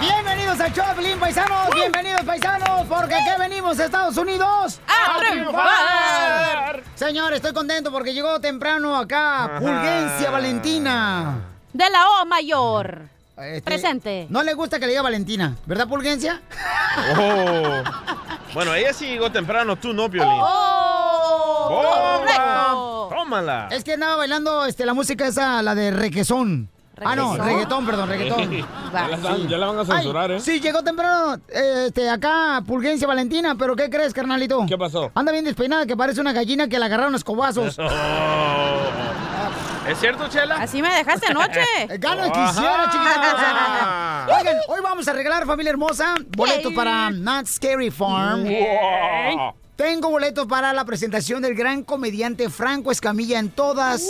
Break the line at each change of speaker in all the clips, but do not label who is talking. Bienvenidos al Choplin, paisanos. Bienvenidos, paisanos, porque aquí venimos, Estados Unidos,
¡A triunfar!
Señor, estoy contento porque llegó temprano acá Fulgencia Valentina.
De la O mayor.
Este,
Presente.
No le gusta que le diga Valentina, ¿verdad, Fulgencia?
Oh. Bueno, ella sí llegó temprano, tú no, Piolín. Oh,
¡Correcto!
¡Tómala!
Es que andaba bailando este, la música esa, la de requesón. Ah, no,
¿Requesón?
reggaetón, perdón, reggaetón.
Ya la van- ya la van a censurar, ¿eh?
Sí, llegó temprano eh, este, acá Pulgencia Valentina, pero ¿qué crees, carnalito? ¿Qué
pasó?
Anda bien despeinada, que parece una gallina que la agarraron a escobazos.
Oh. ¿Es cierto, Chela?
Así me dejaste anoche.
Gano y quisiera,
Ajá.
chiquita. Oigan, hoy vamos a regalar, familia hermosa, boletos
Yay.
para Not Scary Farm.
Yay.
Tengo boletos para la presentación del gran comediante Franco Escamilla en todas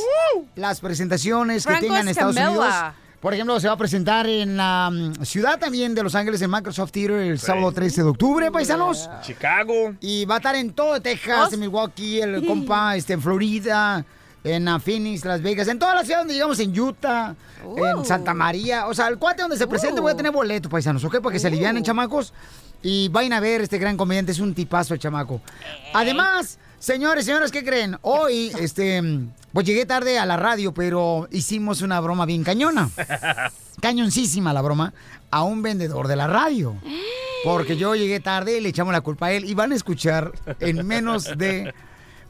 las presentaciones que
Franco
tengan en Estados
Escamilla.
Unidos. Por ejemplo, se va a presentar en la mm, ciudad también de Los Ángeles, en Microsoft Theater, el sábado 13 de octubre, paisanos.
Chicago.
Y va a estar en todo Texas, en Milwaukee, el compa, este, en Florida, en ah, Phoenix, Las Vegas, en todas las ciudades donde llegamos, en Utah, en Santa María. O sea, el cuate donde se presente voy a tener boletos, paisanos, ¿ok? Para que se alivianen, chamacos. Y vayan a ver este gran comediante, es un tipazo el chamaco. Además, señores, señoras, ¿qué creen? Hoy, este, pues llegué tarde a la radio, pero hicimos una broma bien cañona cañoncísima la broma, a un vendedor de la radio. Porque yo llegué tarde y le echamos la culpa a él. Y van a escuchar en menos de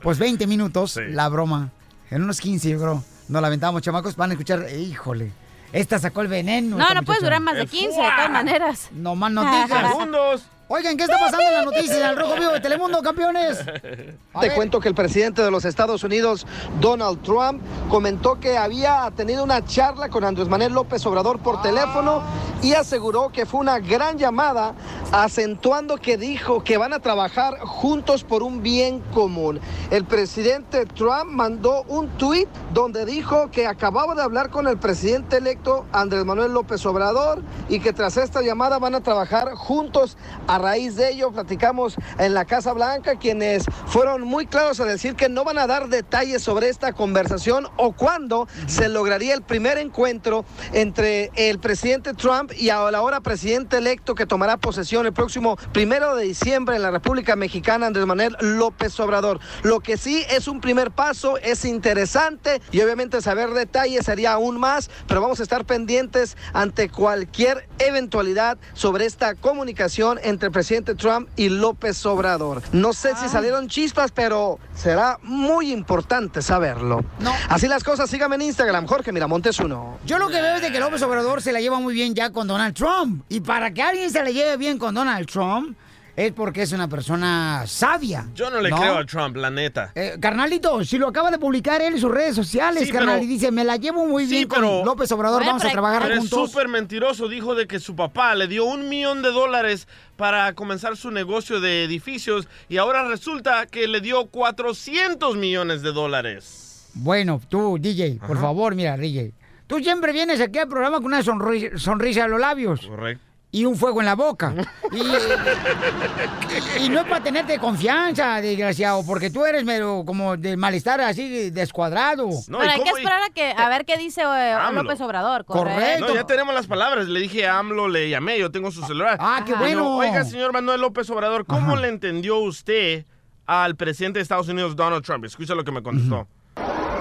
pues 20 minutos la broma. En unos 15, yo creo. Nos la aventamos, chamacos. Van a escuchar, eh, híjole, esta sacó el veneno.
No,
esta
no puedes
muchacha.
durar más de 15, de todas maneras.
No más noticias.
Segundos.
Oigan, ¿qué está pasando en las noticias del Rojo Vivo de Telemundo, campeones? Pues, A
Te
ver.
cuento que el presidente de los Estados Unidos, Donald Trump, comentó que había tenido una charla con Andrés Manuel López Obrador por teléfono y aseguró que fue una gran llamada, acentuando que dijo que van a trabajar juntos por un bien común. El presidente Trump mandó un tuit donde dijo que acababa de hablar con el presidente electo Andrés Manuel López Obrador y que tras esta llamada van a trabajar juntos. A raíz de ello platicamos en la Casa Blanca, quienes fueron muy claros a decir que no van a dar detalles sobre esta conversación o cuándo se lograría el primer encuentro entre el presidente Trump y ahora ahora presidente electo que tomará posesión el próximo primero de diciembre en la República Mexicana, Andrés Manuel López Obrador. Lo que sí es un primer paso, es interesante y obviamente saber detalles sería aún más, pero vamos a estar pendientes ante cualquier eventualidad sobre esta comunicación entre el presidente Trump y López Obrador. No sé si salieron chispas, pero será muy importante saberlo. Así las cosas, síganme en Instagram, Jorge Miramontes uno.
Yo lo que veo es de que López Obrador se la lleva muy bien ya con Donald Trump. Y para que alguien se la lleve bien con Donald Trump es porque es una persona sabia.
Yo no le creo a Trump, la neta.
Eh, carnalito, si lo acaba de publicar él en sus redes sociales,
Sí,
carnal,
pero-
y dice, me la llevo muy
Sí,
bien
pero-
con López Obrador, vamos a trabajar
Pero es
juntos.
súper mentiroso. Dijo de que su papá le dio un millón de dólares para comenzar su negocio de edificios y ahora resulta que le dio 400 millones de dólares.
Bueno, tú, DJ, por favor, mira, DJ. Tú siempre vienes aquí al programa con una sonri- sonrisa en los labios.
Correcto.
Y un fuego en la boca. Y, y no es para tenerte confianza, desgraciado, porque tú eres mero como de malestar así, descuadrado.
Pero hay que esperar a, que, a ver qué dice eh,
AMLO.
López Obrador.
No, ya tenemos las palabras. Le dije a AMLO, le llamé, yo tengo su celular.
Ah, qué
Bueno,
bueno.
Oiga, señor Manuel López Obrador, ¿cómo le entendió usted al presidente de Estados Unidos, Donald Trump? Escucha lo que me contestó.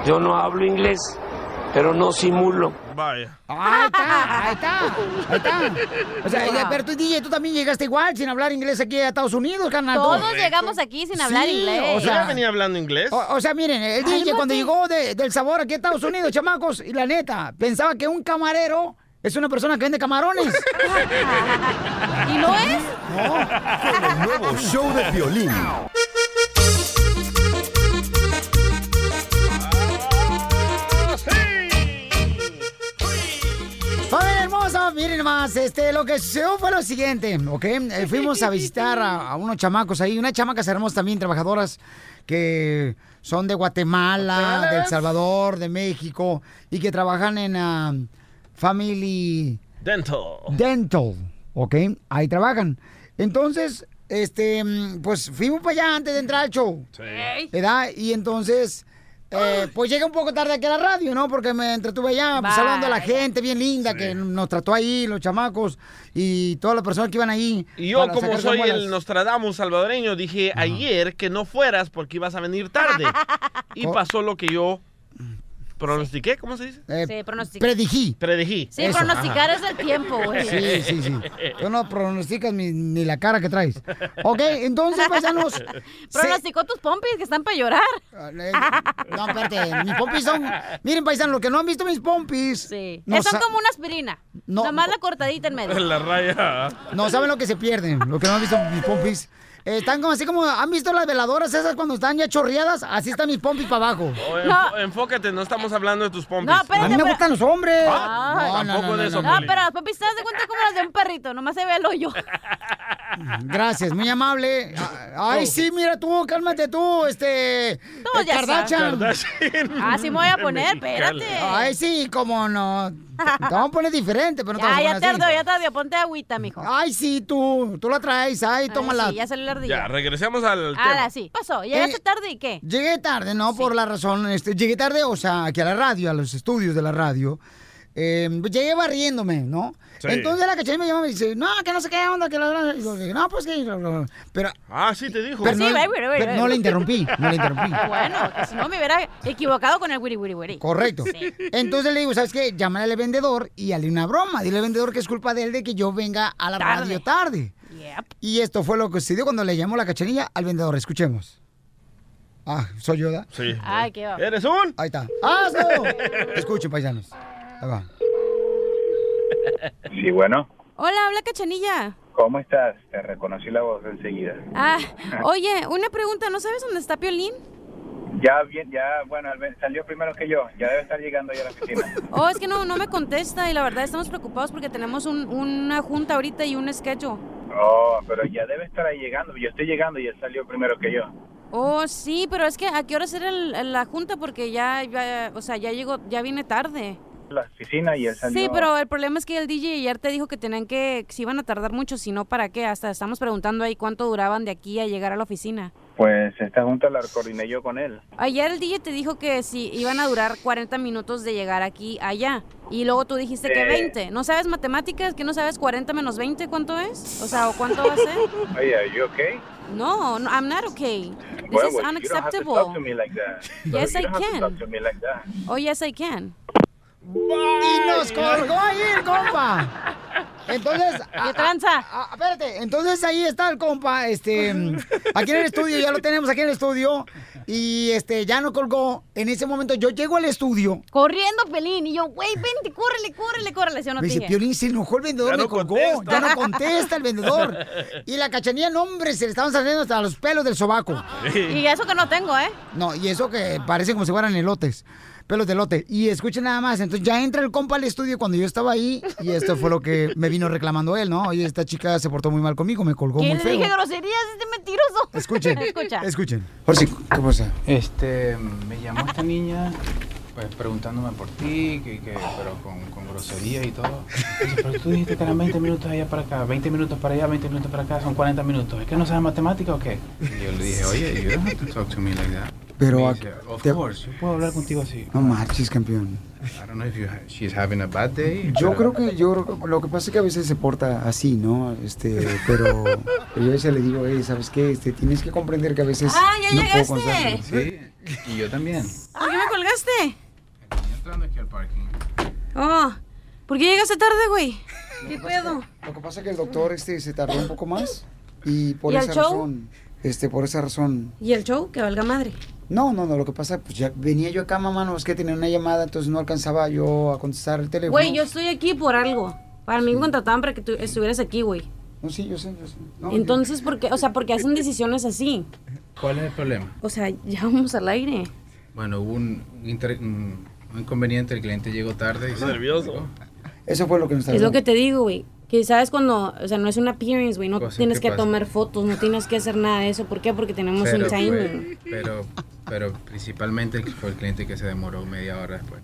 Yo no hablo inglés, pero no simulo.
Vaya.
Ahí está, ahí está, ahí está. O sea,
Wow.
pero tú, DJ, tú también llegaste igual, sin hablar inglés aquí a Estados Unidos, carnal.
Todos llegamos aquí sin hablar
Sí,
inglés.
o
¿Ella
sea-
venía hablando inglés?
O, o sea, miren, el DJ cuando llegó de- del sabor aquí a Estados Unidos, chamacos, y la neta, pensaba que un camarero es una persona que vende camarones.
¿Y no es?
El nuevo show de violín.
Familia hermosa, miren más, este, lo que sucedió fue lo siguiente, ¿ok? Eh, fuimos a visitar a, a unos chamacos ahí, unas chamacas hermosas también, trabajadoras, que son de Guatemala, de El Salvador, de México, y que trabajan en ah, Family
Dental.
Dental, ¿ok? Ahí trabajan. Entonces, este, mm, pues fuimos para allá antes de entrar al show.
Sí.
¿Verdad? Y entonces, eh, pues llegué un poco tarde aquí a la radio, ¿no? Porque me entretuve allá pues, hablando a la gente bien linda que nos trató ahí, los chamacos y todas las personas que iban ahí.
Y yo,
para
como
sacar sus
soy
muelas.
el Nostradamus salvadoreño, dije ayer que no fueras porque ibas a venir tarde. y pasó lo que yo pronostiqué, ¿cómo se dice?
Eh,
Sí, pronostiqué.
Predijí.
Predijí.
Sí, pronosticar es el tiempo, güey.
Sí, sí, sí. Tú no pronosticas ni, ni la cara que traes. Ok, entonces, paisanos. se-
Pronosticó tus pompis que están para llorar.
No, espérate, mis pompis son. Miren, paisanos, los que no han visto mis pompis.
Sí.
no
Son
sa-
como una aspirina.
No.
Nomás la cortadita en medio.
La raya.
No saben lo que se pierden, lo que no han visto mis pompis. Eh, están como así como, ¿han visto las veladoras esas cuando están ya chorreadas? Así están mis pompis para abajo.
O Oh, enfo- Enfócate, no estamos hablando de tus pompis.
No, espérate,
A mí me
pero-
gustan los hombres.
Ah,
No, no,
tampoco
no,
de
no,
eso,
no.
No,
Piolín.
pero las pompis te das de cuenta como las de un perrito. Nomás se ve el hoyo.
Gracias, muy amable. Ah, Ay, sí, mira tú, cálmate tú, este.
Tú ya
Kardashian.
Ah, sí me voy a poner,
Mexicali.
espérate.
Ay, sí, cómo no. Te te vamos a poner diferente, pero no te
ya,
vamos a
ya
poner
tardo,
así.
ya tardo. Ponte agüita, mijo.
Ay, sí, tú, tú la traes, ay,
Ay,
tómala.
Sí, ya salió la
Ya,
ardilla.
regresemos al tema.
Ahora Ah, sí. Pasó. Llegaste
Eh,
tarde y qué?
Llegué tarde, ¿no? Por la razón, este, llegué tarde, o sea, aquí a la radio, a los estudios de la radio. Eh, llegué barriéndome, ¿no?
Sí.
Entonces la cachanilla me llama y dice, no, que no sé qué onda, que la verdad. Y yo dije, no, pues que... Pero,
Ah, sí te dijo.
pero
Sí,
no,
güey, güey, güey,
pero
güey.
no le interrumpí, no le interrumpí.
Bueno, que si no me hubiera equivocado con el wiri wiri wiri.
Correcto.
Sí.
Entonces le digo, ¿sabes qué? Llámale al vendedor y hale una broma. Dile al vendedor que es culpa de él de que yo venga a la
Tarde.
radio tarde.
Yep.
Y esto fue lo que sucedió cuando le llamó la cachanilla al vendedor. Escuchemos. Ah, soy Yoda.
Sí.
Ay, qué va.
¿Eres un?
Ahí está. ¡Hazlo! Escuchen, paisanos. Ahí va.
Sí, bueno,
Hola, habla Cachanilla.
¿cómo estás? Te reconocí la voz enseguida.
Ah, oye, una pregunta, ¿no sabes dónde está Piolín?
Ya bien, ya, bueno, al- salió primero que yo, ya debe estar llegando ya a la oficina.
Oh, es que no, no me contesta y la verdad estamos preocupados porque tenemos un- una junta ahorita y un sketch.
Oh, pero ya debe estar ahí llegando, yo estoy llegando y él salió primero que yo.
Oh, sí, pero es que ¿a qué hora será el- el- la junta? Porque ya, ya, o sea, ya llegó, ya vine tarde.
A La oficina y él salió.
Sí, pero el problema es que el DJ ayer te dijo que tenían que, que si iban a tardar mucho, si no, ¿para qué? Hasta estamos preguntando ahí cuánto duraban de aquí a llegar a la oficina.
Pues esta junta la coordiné yo con él.
Ayer el DJ te dijo que si iban a durar 40 minutos de llegar aquí allá. Y luego tú dijiste que
Eh.
20. ¿No sabes matemáticas? ¿Que no sabes 40 menos 20 cuánto es? O sea, ¿o cuánto va a ser?
Oye, are you okay?
No, no, I'm not okay. This
Well, well,
is
pues, you don't have to talk to
unacceptable.
me like that.
Yes,
You
I
don't have to
can.
talk to me like that.
Oh, yes, I can.
Y nos colgó ahí el compa. Entonces. a-
¿Qué tranza?
a- a- Ah, espérate, entonces ahí está el compa, este, aquí en el estudio, ya lo tenemos aquí en el estudio, y este, ya no colgó, en ese momento yo llego al estudio,
Corriendo, Pelín. Y yo, güey, vente, córrele, córrele, córrele. Si yo no
me
te
dice,
dije.
Piolín, se enojó el vendedor,
Ya
me
no
colgó,
contesta.
ya no contesta el vendedor, y la cachanilla, no hombre, se le estaban saliendo hasta los pelos del sobaco.
Y eso que no tengo, ¿eh?
No, y eso que parece como si fueran elotes. Pelos de elote. Y escuchen nada más. Entonces ya entra el compa al estudio cuando yo estaba ahí. Y esto fue lo que me vino reclamando él, ¿no? Oye, esta chica se portó muy mal conmigo, me colgó
¿Quién
muy
le
feo.
dije groserías? Este mentiroso.
Escuchen.
Escucha.
Escuchen. Jorge, ¿qué pasa?
Este, me llamó esta niña pues preguntándome por ti, que, que- pero con, con grosería y todo. Dice, pero tú dijiste que eran 20 minutos allá para acá, 20 minutos para allá, 20 minutos para acá, son 40 minutos. ¿Es que no sabes matemática o qué? Y yo le dije, oye, you don't have to talk to me like that.
Pero
Me
a-
dice, of
te-
course, yo puedo hablar contigo así.
No marches, campeón.
I don't know if you ha- she's having a bad day.
Yo
pero-
creo que yo lo que pasa es que a veces se porta así, ¿no? Este, pero yo a veces le digo, "Ey, ¿sabes qué? Este, tienes que comprender que a veces
Ah, ya
no
llegaste.
puedo concentrarme".
Sí, y yo también.
¿Por qué me colgaste?
Estoy entrando aquí al parking.
Oh, ¿por qué llegaste tarde, güey? ¿Qué pedo?
Lo que pasa es que el doctor este se tardó un poco más y por
¿Y al
esa
show?
razón, este, por esa razón.
¿Y el show? Que valga madre.
No, no, no, lo que pasa pues ya venía yo acá, mamá, no es que tenía una llamada, entonces no alcanzaba yo a contestar el teléfono.
Güey, yo estoy aquí por algo. Para mí me contrataban para que tú estuvieras aquí, güey.
No, sí, yo sé, yo sé. No,
Entonces, ¿por qué? O sea, porque hacen decisiones así.
¿Cuál es el problema?
O sea, ya vamos al aire.
Bueno, hubo un, un inter- un- un inconveniente, el cliente llegó tarde. y se-
Nervioso.
yo- Eso fue lo que nos
Es lo
tardó.
que te digo, güey. Que sabes cuando, o sea, no es un appearance, güey. No
Cosa
tienes
que
que,
pasa.
tomar fotos, no tienes que hacer nada de eso. ¿Por qué? Porque tenemos
Pero,
un timing.
fue- pero, pero principalmente fue el cliente que se demoró media hora después.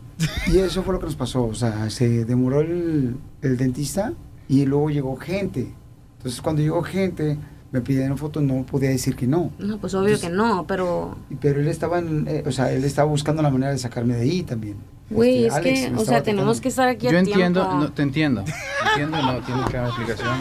Y eso fue lo que nos pasó. O sea, se demoró el, el dentista y luego llegó gente. Entonces, cuando llegó gente, me pidieron fotos, no podía decir que no.
No, pues obvio que no, pero.
Y- Pero él estaba, en- eh, o sea, él estaba buscando la manera de sacarme de ahí también.
Güey,
Este,
es
Alex
que,
me
o
estaba
sea, tenemos
tratando.
que estar aquí
Yo
a
entiendo,
tiempo. ¿ah?
no, te entiendo. Entiendo, no, tienes que dar explicación.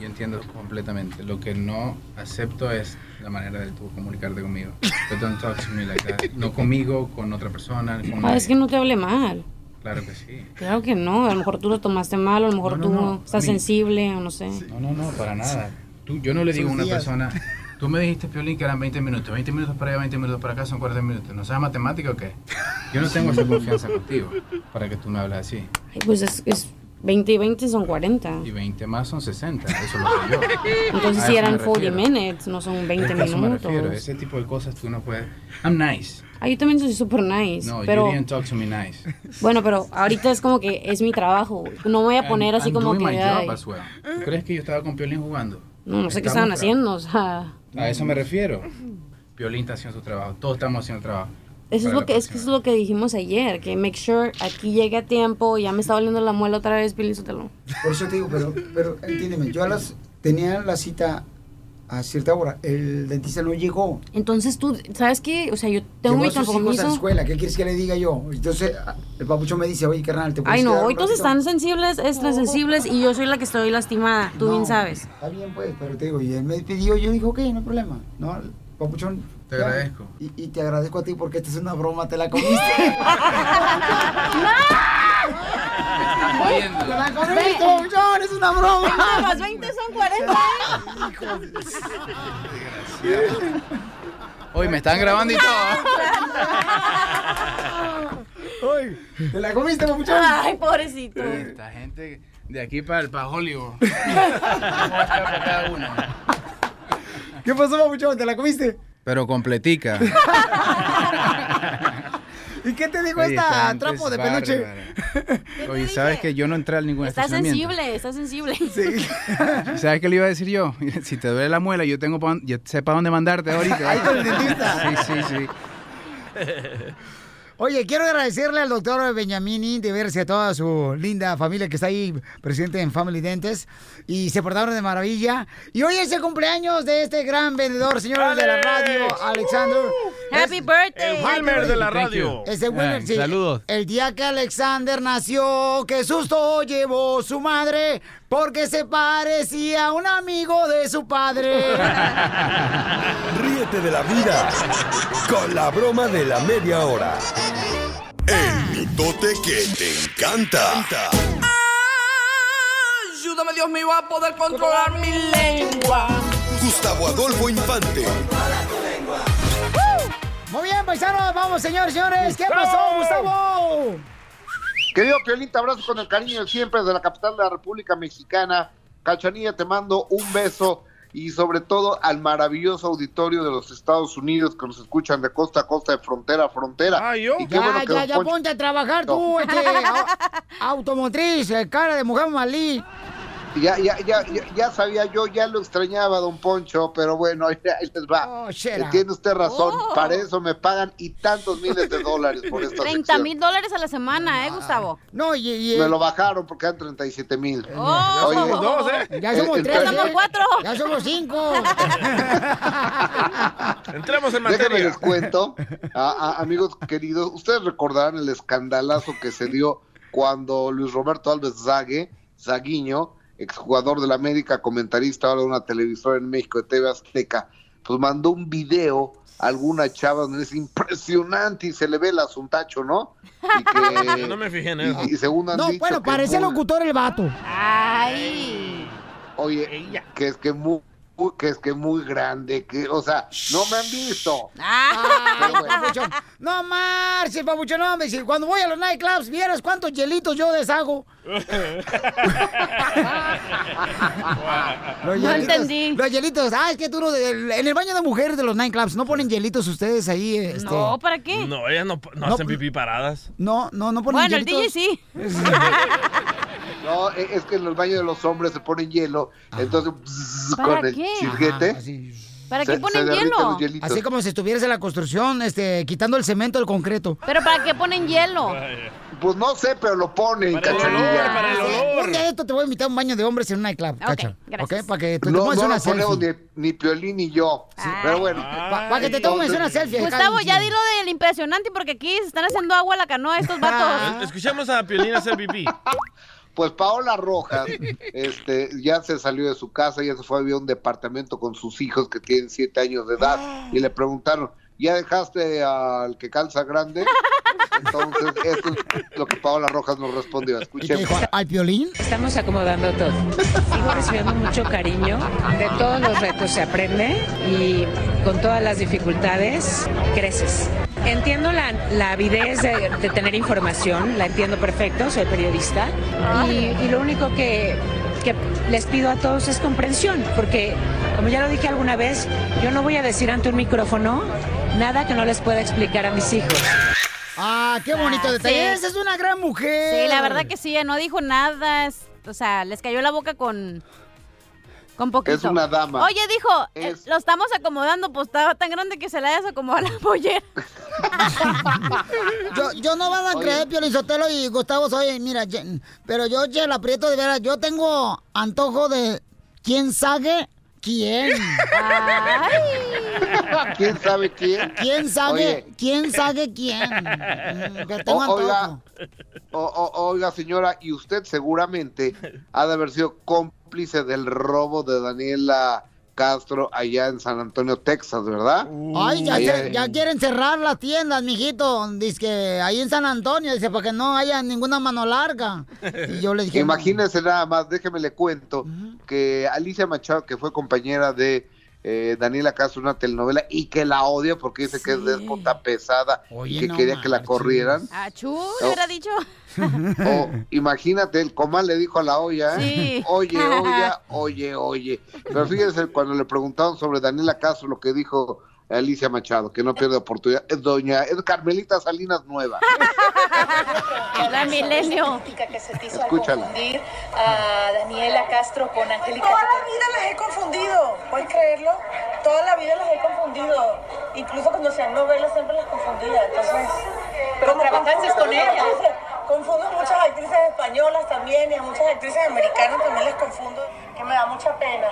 Yo entiendo completamente. Lo que no acepto es la manera de tú comunicarte conmigo. But don't talk to me like that. No conmigo, con otra persona. Con
Ah, es que
nadie.
no te hable mal.
Claro que sí.
Claro que no. A lo mejor tú lo tomaste mal, a lo mejor
No, no,
tú
no,
estás
a mí-
sensible, o no sé.
No, no, no, para nada. Tú, yo no le digo a
Sus
una
días.
persona, tú me dijiste, Piolín, que eran 20 minutos. 20 minutos para allá, 20 minutos para acá, son 40 minutos. ¿No sabes matemática o qué? Yo no tengo esa confianza contigo para que tú me hables así.
Ay, Pues es, es 20 y 20 son 40.
Y 20 más son 60, eso es lo que yo.
Entonces
A
si
eso
eran
me
40
refiero.
minutes, no son 20
A eso me refiero,
minutos.
ese tipo de cosas tú no puedes. I'm nice.
Ah, yo también soy super nice,
No,
pero...
you didn't talk to me nice.
Bueno, pero ahorita es como que es mi trabajo. güey. No me voy a poner
I'm-
así
I'm
como
doing
que.
my
ay,
job as well. ¿Tú crees que yo estaba con Piolín jugando?
no, no sé qué estaban
Estamos tra-
haciendo. O sea,
A eso me refiero. Piolín está haciendo su trabajo, todos estamos haciendo trabajo.
eso es
Para
lo
la
que, es, que es lo que dijimos ayer: que make sure aquí llegue a tiempo. Ya me está doliendo la muela otra vez, pilízotelo.
Por eso te digo, pero, pero entiéndeme, yo a las, tenía la cita a cierta hora, el dentista no llegó.
Entonces tú, ¿sabes qué? O sea, yo tengo mi
Llevó a sus hijos a la
compromiso.
escuela, ¿qué quieres que le diga yo? Entonces, ah, el papucho me dice, oye, carnal, ¿te puedes
Ay, no,
quedar un
hoy todos
ratito?"
están sensibles, extra sensibles, y yo soy la que estoy lastimada. Tú bien sabes.
Está bien, pues, pero te digo, y él me pidió, yo dije, ok, no hay problema. No, papuchón.
Te
ya.
agradezco.
Y, y te agradezco a ti porque esta es una broma, te la comiste. ¡Te la comiste, papuchón! ¡Es una broma!
Venga,
más 20 son 40.
Hoy me están grabando y todo.
¡Te la comiste, papuchón!
Ay, pobrecito.
Esta gente de aquí para el para Hollywood.
¿Qué pasó, papuchón? ¿Te la comiste?
Pero completica.
¿Y qué te dijo
Oye,
esta
esta
trapo
gente
de
es
peluche?
Oye, ¿sabes que yo no entré a ningún
Está
estacionamiento?
sensible, está sensible.
¿Sabes qué le iba a decir yo? Si te duele la muela, yo tengo pa yo sé para dónde mandarte ahorita.
Ahí con el dentista.
Sí, sí, sí.
Oye, quiero agradecerle al doctor Benjamín de verse a toda su linda familia que está ahí presente en Family Dentes y se portaron de maravilla. Y hoy es el cumpleaños de este gran vendedor, señores de la radio, Alexander.
Uh, Happy birthday.
El
Wilmer de la radio.
Es el Wilmer,
Ah,
sí.
saludos.
El día que Alexander nació, qué susto llevó su madre, porque se parecía a un amigo de su padre.
Ríete de la vida con la broma de la media hora. El mitote que te encanta.
Ayúdame, Dios mío, a poder controlar mi lengua.
Gustavo Adolfo Infante.
Muy bien, paisanos, vamos, señores, señores. ¿Qué pasó, Gustavo?
Querido Piolín, te abrazo con el cariño de siempre desde la capital de la República Mexicana. Cachanilla, te mando un beso y sobre todo al maravilloso auditorio de los Estados Unidos que nos escuchan de costa a costa, de frontera a frontera. Y qué
Ya,
bueno que
ya,
don
ya,
Poncho-
ponte a trabajar tú, este, au- automotriz, eh, cara de mujer malí.
ya, ya, ya, ya, ya sabía yo, ya lo extrañaba don Poncho, pero bueno, ahí ahí les va.
Shera.
Eh, Tiene usted razón, para eso me pagan y tantos miles de dólares por esta
30
sección.
mil dólares a la semana, ¿eh, Gustavo?
No, y.
eh.
Me lo bajaron porque eran 37 mil.
Oh. Ya somos dos, ¿eh? Ya somos tres, ya somos cuatro.
Ya somos cinco.
Entremos en materia.
Déjenme les cuento, a- a- amigos queridos, ustedes recordarán el escandalazo que se dio cuando Luis Roberto Alves Zague, Zaguiño, exjugador del América, comentarista ahora de una televisora en México de TV Azteca, pues mandó un video a alguna chava donde es impresionante y se le ve el asuntacho, ¿no? Y que-
Yo no me fijé en eso.
Y, y según han
No,
dicho
bueno,
que
parece
muy-
locutor el vato.
Ay.
Eh, Oye, que es que muy, muy- que es que muy grande, que, o sea, no me han visto. Ah.
Ay, papuchón. No marches, papuchón, no, hombre, si Cuando voy a los nightclubs, vieras cuántos hielitos yo deshago. Los
no
hielitos-
entendí.
Los hielitos. Ah, es que tú no. el- En el baño de mujeres de los nightclubs, ¿no ponen hielitos ustedes ahí? Este, pues,
¿para qué?
No, ellas no, no hacen pipí paradas.
No, no, no ponen
Bueno, el DJ
hielitos.
sí.
No, e- es que en los baños de los hombres se ponen hielo, entonces bzz,
¿Para
con el
qué?
chirguete.
Ajá,
¿Para
Se-
qué ponen
se derriten
hielo?
los hielitos.
Así como si estuvieras en la construcción, este, quitando el cemento del concreto.
¿Pero para qué ponen hielo?
Pues no sé, pero lo ponen, cachanilla.
Este, Un día de esto te voy a invitar a un baño de hombres en una club, cacha.
gracias.
¿Ok? Para que te
No,
tomes
no
Eh, una
lo ponemos
selfie.
ni, ni Piolín ni yo. Pero bueno.
Ah. Pa- pa' que te tomes una selfie,
Gustavo, ya dilo del impresionante porque aquí se están haciendo agua a la canoa
Ah,
estos vatos.
Eh, Escuchemos a Piolín hacer pipí. Pues Paola Rojas este, ya se salió de su casa, ya se fue a vivir a un departamento con sus hijos que tienen siete años de edad y le preguntaron, ¿ya dejaste al que calza grande? Entonces, esto es lo que Paola Rojas nos respondió. Escuchemos.
¿Al violín?
Estamos acomodando todo. Sigo recibiendo mucho cariño. De todos los retos se aprende y con todas las dificultades creces. Entiendo la, la avidez de, de tener información, la entiendo perfecto, soy periodista. Y, y lo único que, que les pido a todos es comprensión, porque como ya lo dije alguna vez, yo no voy a decir ante un micrófono nada que no les pueda explicar a mis hijos.
Ah, qué bonito
Ah,
detalle.
sí.
Esa es una gran mujer.
Sí, la verdad que sí, eh, no dijo nada. es- o sea, les cayó la boca con. Con poquito.
Es una dama.
Oye, dijo, eh, lo estamos acomodando, pues estaba tan grande que se la desacomodó la pollera.
Yo, yo no van a creer, Piolín Sotelo y Gustavo, soy, mira, ye- pero yo, che, la aprieto de veras, yo tengo antojo de quién sabe quién.
¿Quién sabe quién?
¿Quién sabe?
Oye.
¿Quién sabe quién? Mm, que tengo
O-
antojo.
oiga, o- o- oiga, señora, y usted seguramente ha de haber sido cómplice del robo de Daniela Castro allá en San Antonio, Texas, ¿verdad?
Ay, ya,
Allá
se-
en-
ya quieren cerrar las tiendas, mijito. Dice que ahí en San Antonio, dice, para que no haya ninguna mano larga. Y yo le dije,
Imagínense nada más, déjeme le cuento que Alicia Machado, que fue compañera de eh, Daniela Castro en una telenovela y que la odia porque dice que es déspota pesada y que
no
quería que la corrieran.
Achú, le Ah,
No.
hubiera dicho.
O, imagínate, el comal le dijo a la olla, ¿eh?
Sí.
oye, olla, oye, oye. Pero fíjense, cuando le preguntaron sobre Daniela Castro, lo que dijo Alicia Machado, que no pierde oportunidad, es doña, es Carmelita Salinas Nueva.
La milenio.
que se te hizo
Escúchala.
al confundir a Daniela Castro con Angélica. Toda la vida las he confundido, ¿puedes creerlo? Toda la vida las he confundido. Incluso cuando sean novelas siempre las confundía. Entonces, pero trabajaste con ella. Confundo a muchas actrices españolas también y a muchas actrices americanas también las confundo, que me da mucha pena.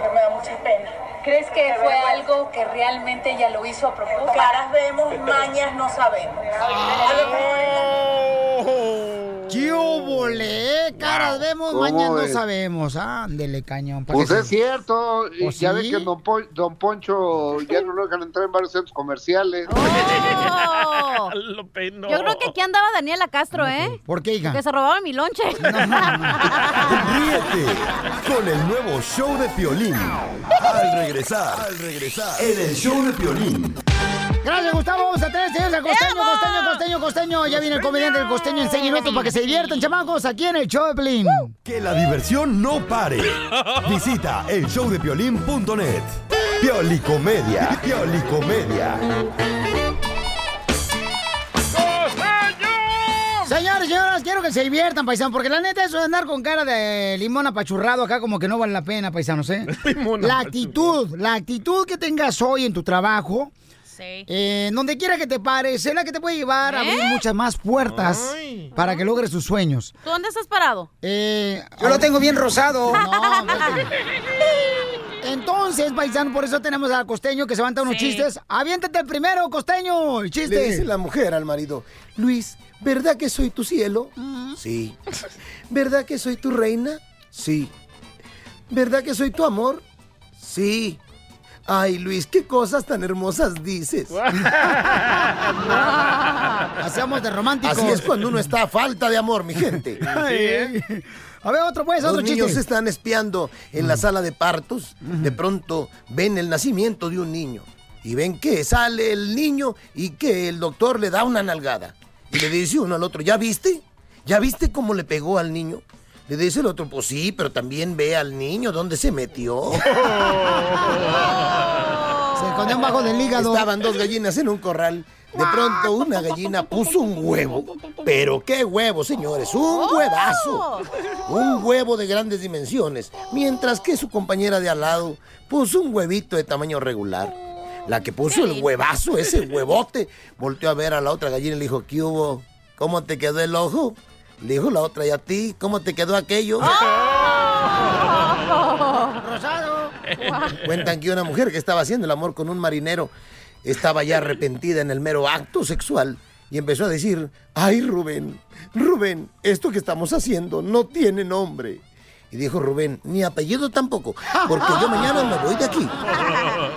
Que me da mucha pena.
¿Crees que
Qué
fue
vergüenza.
algo que realmente ella lo hizo a propósito?
Caras vemos, mañas no sabemos. A lo mejor-
¿Qué óvole? Caras
Wow.
vemos,
¿Cómo
mañana no
ves?
sabemos. Ándele, cañón. pa'
Pues
que
es
se-
cierto, y
Pues
ya
sí.
ve que don, Pon- don Poncho ya no lo dejan entrar en varios centros comerciales. ah.
Oh. Yo creo que aquí andaba Daniela Castro, ¿eh?
¿Por qué,
Que se robaron mi lonche.
Ríete con el nuevo show de Piolín. Al regresar, al regresar, en el show de Piolín.
Gracias, Gustavo. Vamos a tener, señores, al costeño,
¡Vamos!
costeño, costeño, costeño. Ya viene el comediante del costeño en seis minutos para que se diviertan, chamacos, aquí en el Choplin.
Que la diversión no pare. Visita el showdepiolín.net. Piolicomedia, piolicomedia.
Señores, señoras, quiero que se diviertan, paisanos, porque la neta eso de andar con cara de limón apachurrado acá como que no vale la pena, paisanos, ¿eh? la actitud, la actitud que tengas hoy en tu trabajo,
Sí.
eh, donde quiera que te pares, es la que te puede llevar a abrir
¿Eh?
muchas más puertas para que logres tus sueños.
¿Tú dónde estás parado?
Eh, Yo lo tengo bien rosado. No, Entonces, paisano, por eso tenemos al costeño que se levanta unos
Sí.
chistes. Aviéntate el primero, costeño, el chiste.
Le dice la mujer al marido, Luis, ¿verdad que soy tu cielo? Sí. ¿Verdad que soy tu reina? Sí. ¿Verdad que soy tu amor? Sí. Ay, Luis, qué cosas tan hermosas dices.
Hacemos de románticos.
Así es cuando uno está a falta de amor, mi gente.
A ver, otro pues,
¿eh? Los
otro chiste.
niños están espiando en la sala de partos. De pronto ven el nacimiento de un niño. Y ven que sale el niño y que el doctor le da una nalgada. Y le dice uno al otro, ¿ya viste? ¿Ya viste cómo le pegó al niño? Le dice el otro, pues sí, pero también ve al niño dónde se metió.
Se escondió bajo del hígado.
Estaban dos gallinas en un corral. De pronto una gallina puso un huevo. Pero qué huevo, señores,
Oh.
un huevazo. Un huevo de grandes dimensiones. Mientras que su compañera de al lado puso un huevito de tamaño regular. La que puso el huevazo, ese huevote, volteó a ver a la otra gallina y le dijo, ¿qué hubo? ¿Cómo te quedó el ojo? Le dijo la otra, ¿y a ti? ¿Cómo te quedó aquello?
Ah. Rosado.
Cuentan que una mujer que estaba haciendo el amor con un marinero estaba ya arrepentida en el mero acto sexual y empezó a decir, ay Rubén, Rubén, esto que estamos haciendo no tiene nombre. Y dijo Rubén, ni apellido tampoco, porque yo mañana me voy de aquí.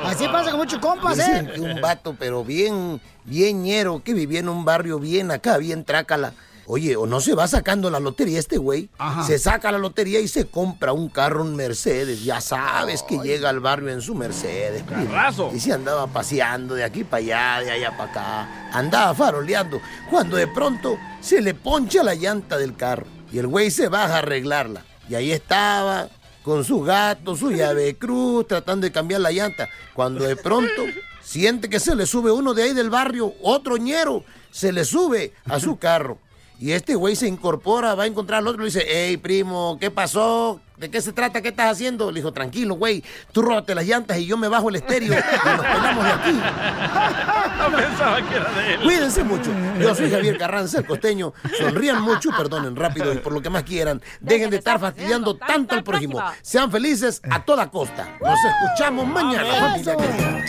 Así pasa con muchos compas,
Dicen
¿eh?
que un vato, pero bien, bien ñero, que vivía en un barrio bien acá, bien trácala. Oye, o no se va sacando la lotería este güey. Se saca la lotería y se compra un carro, un Mercedes. Ya sabes que llega al barrio en su Mercedes. primo. Y se andaba paseando de aquí para allá, de allá para acá. Andaba faroleando. Cuando de pronto se le poncha la llanta del carro. Y el güey se baja a arreglarla. Y ahí estaba, con su gato, su llave de cruz, tratando de cambiar la llanta. Cuando de pronto siente que se le sube uno de ahí del barrio, otro ñero, se le sube a su carro. Y este güey se incorpora, va a encontrar al otro y le dice, hey primo, ¿qué pasó? ¿De qué se trata? ¿Qué estás haciendo? Le dijo, tranquilo, güey, tú róbate las llantas y yo me bajo el estéreo y nos pelamos de aquí.
Pensaba que era de él.
Cuídense mucho. Yo soy Javier Carranza, el costeño. Sonrían mucho, perdonen rápido y por lo que más quieran. Dejen de estar fastidiando tanto al prójimo. Sean felices a toda costa. Nos escuchamos mañana, familia querida.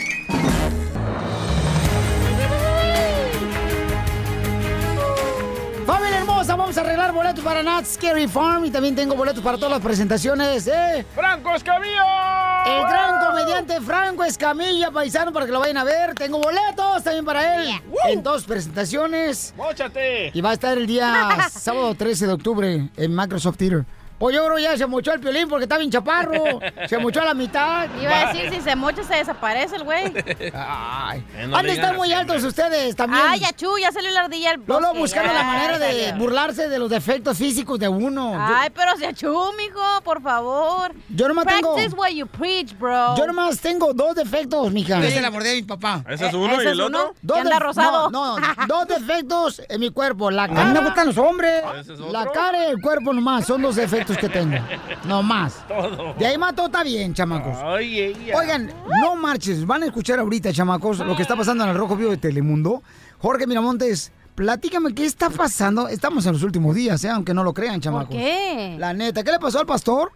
Familia hermosa, vamos a arreglar boletos para Not Scary Farm y también tengo boletos para todas las presentaciones de...
¡Franco Escamilla!
El gran comediante Franco Escamilla, paisano, para que lo vayan a ver. Tengo boletos también para él en dos presentaciones.
¡Móchate!
Y va a estar el día sábado 13 de octubre en Microsoft Theater. Pues yo creo ya se mochó el piolín porque está bien chaparro. Se mochó a la mitad.
Iba a decir, si se mocha se desaparece el güey.
Ay,
no
han
le
de estar
digan
muy
así,
altos ustedes también.
Ay, achú, ya salió la ardilla al
Lolo
bosque,
buscando
ya,
la manera
ya
de
salió.
burlarse de los defectos físicos de uno. Yo-
Ay, pero se achú, mijo, por favor.
Yo nomás tengo-
Practice what you preach, bro.
Yo nomás tengo dos defectos, mija.
Ese la
mordé de mi papá. Eh,
Ese es
Eh,
uno ¿Ese y el es uno? otro? Que anda rosado.
No, no, dos defectos en mi cuerpo.
Ah.
La cara. A mí me gustan los hombres.
¿Ese es otro?
La cara y el cuerpo nomás. Son dos defectos que tengo. Nomás.
Todo.
De ahí más todo está bien, chamacos.
Oye,
Oigan, no marches. Van a escuchar ahorita, chamacos, lo que está pasando en el Rojo Vivo de Telemundo. Jorge Miramontes, platícame qué está pasando. Estamos en los últimos días, ¿eh? aunque no lo crean, chamacos.
qué?
La neta, ¿qué le pasó al pastor?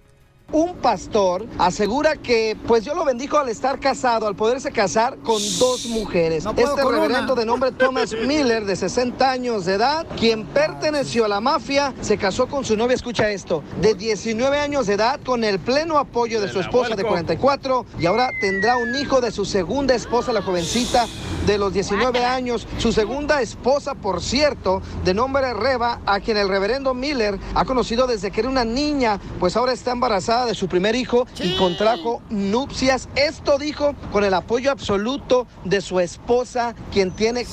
Un pastor asegura que pues yo lo bendijo al estar casado, al poderse casar con dos mujeres.
No puedo
este
con una.
reverendo de nombre Thomas Miller, de 60 años de edad, quien perteneció a la mafia, se casó con su novia, escucha esto, de 19 años de edad, con el pleno apoyo de su esposa de 44 y ahora tendrá un hijo de su segunda esposa, la jovencita de los 19 años, su segunda esposa, por cierto, de nombre Reba, a quien el reverendo Miller ha conocido desde que era una niña, pues ahora está embarazada de su primer hijo y contrajo nupcias. Esto dijo con el apoyo absoluto de su esposa, quien tiene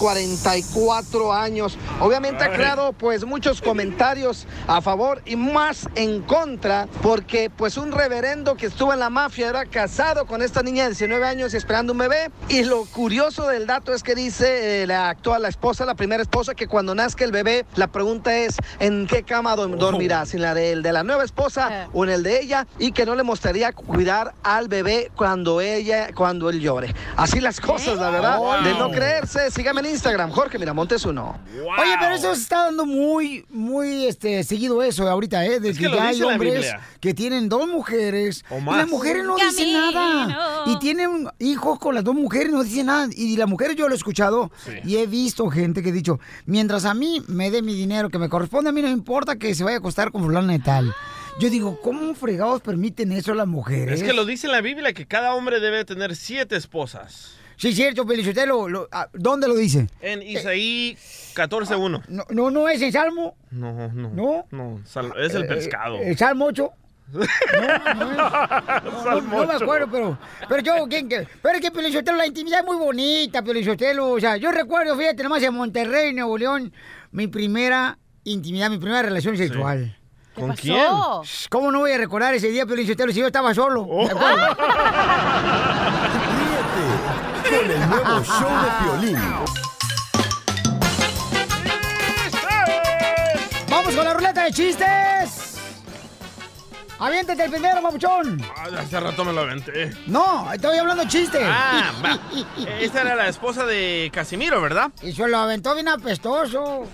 44 años. Obviamente ha
Ay.
creado pues muchos comentarios a favor y más en contra, porque pues un reverendo que estuvo en la mafia era casado con esta niña de 19 años y esperando un bebé. Y lo curioso del dato es que dice eh, la actual la esposa, la primera esposa, que cuando nazca el bebé, la pregunta es en qué cama do- dormirá, si en la del de la nueva esposa o en el de ella, y que no le mostraría cuidar al bebé cuando ella, cuando él llore. Así las cosas, la verdad,
Wow.
de no creerse. Sígame en Instagram, Jorge Miramontes uno.
Oye, pero eso se está dando muy, muy este, seguido eso ahorita, ¿eh? De que,
que lo
ya hay
dice la
hombres
Biblia.
que tienen dos mujeres y
más.
las mujeres no
Camino.
dicen nada. Y tienen hijos con las dos mujeres, no dicen nada. Y las mujeres yo lo he escuchado y he visto gente que ha dicho, mientras a mí me dé mi dinero que me corresponde, a mí no me importa que se vaya a acostar con fulana y tal. Yo digo, ¿cómo fregados permiten eso las mujeres?
Es que lo dice en la Biblia que cada hombre debe tener siete esposas.
Sí, cierto, Pelichotelo. lo- ah, ¿Dónde lo dice?
En Isaí 14.1.
No, no, no es en Salmo.
No, no.
No.
No, sal- es el
Eh,
pescado.
eh, Salmo 8. No, no me acuerdo, pero, pero yo, ¿quién que- pero es que Piolín Sotelo, la intimidad es muy bonita, Piolín Sotelo. O sea, yo recuerdo, fíjate, nomás en Monterrey, Nuevo León, mi primera intimidad, mi primera relación sexual.
¿Qué ¿Con pasó? quién?
Shh, ¿Cómo no voy a recordar ese día, Piolín Sotelo, si yo estaba solo? ¿De acuerdo?
Con el nuevo show de violín.
¡Vamos con la ruleta de chistes! ¡Aviéntate el primero, papuchón!
Ah, hace rato me lo aventé.
No, estoy hablando chistes.
Ah, va. Esta era la esposa de Casimiro, ¿verdad?
Y se lo aventó bien apestoso.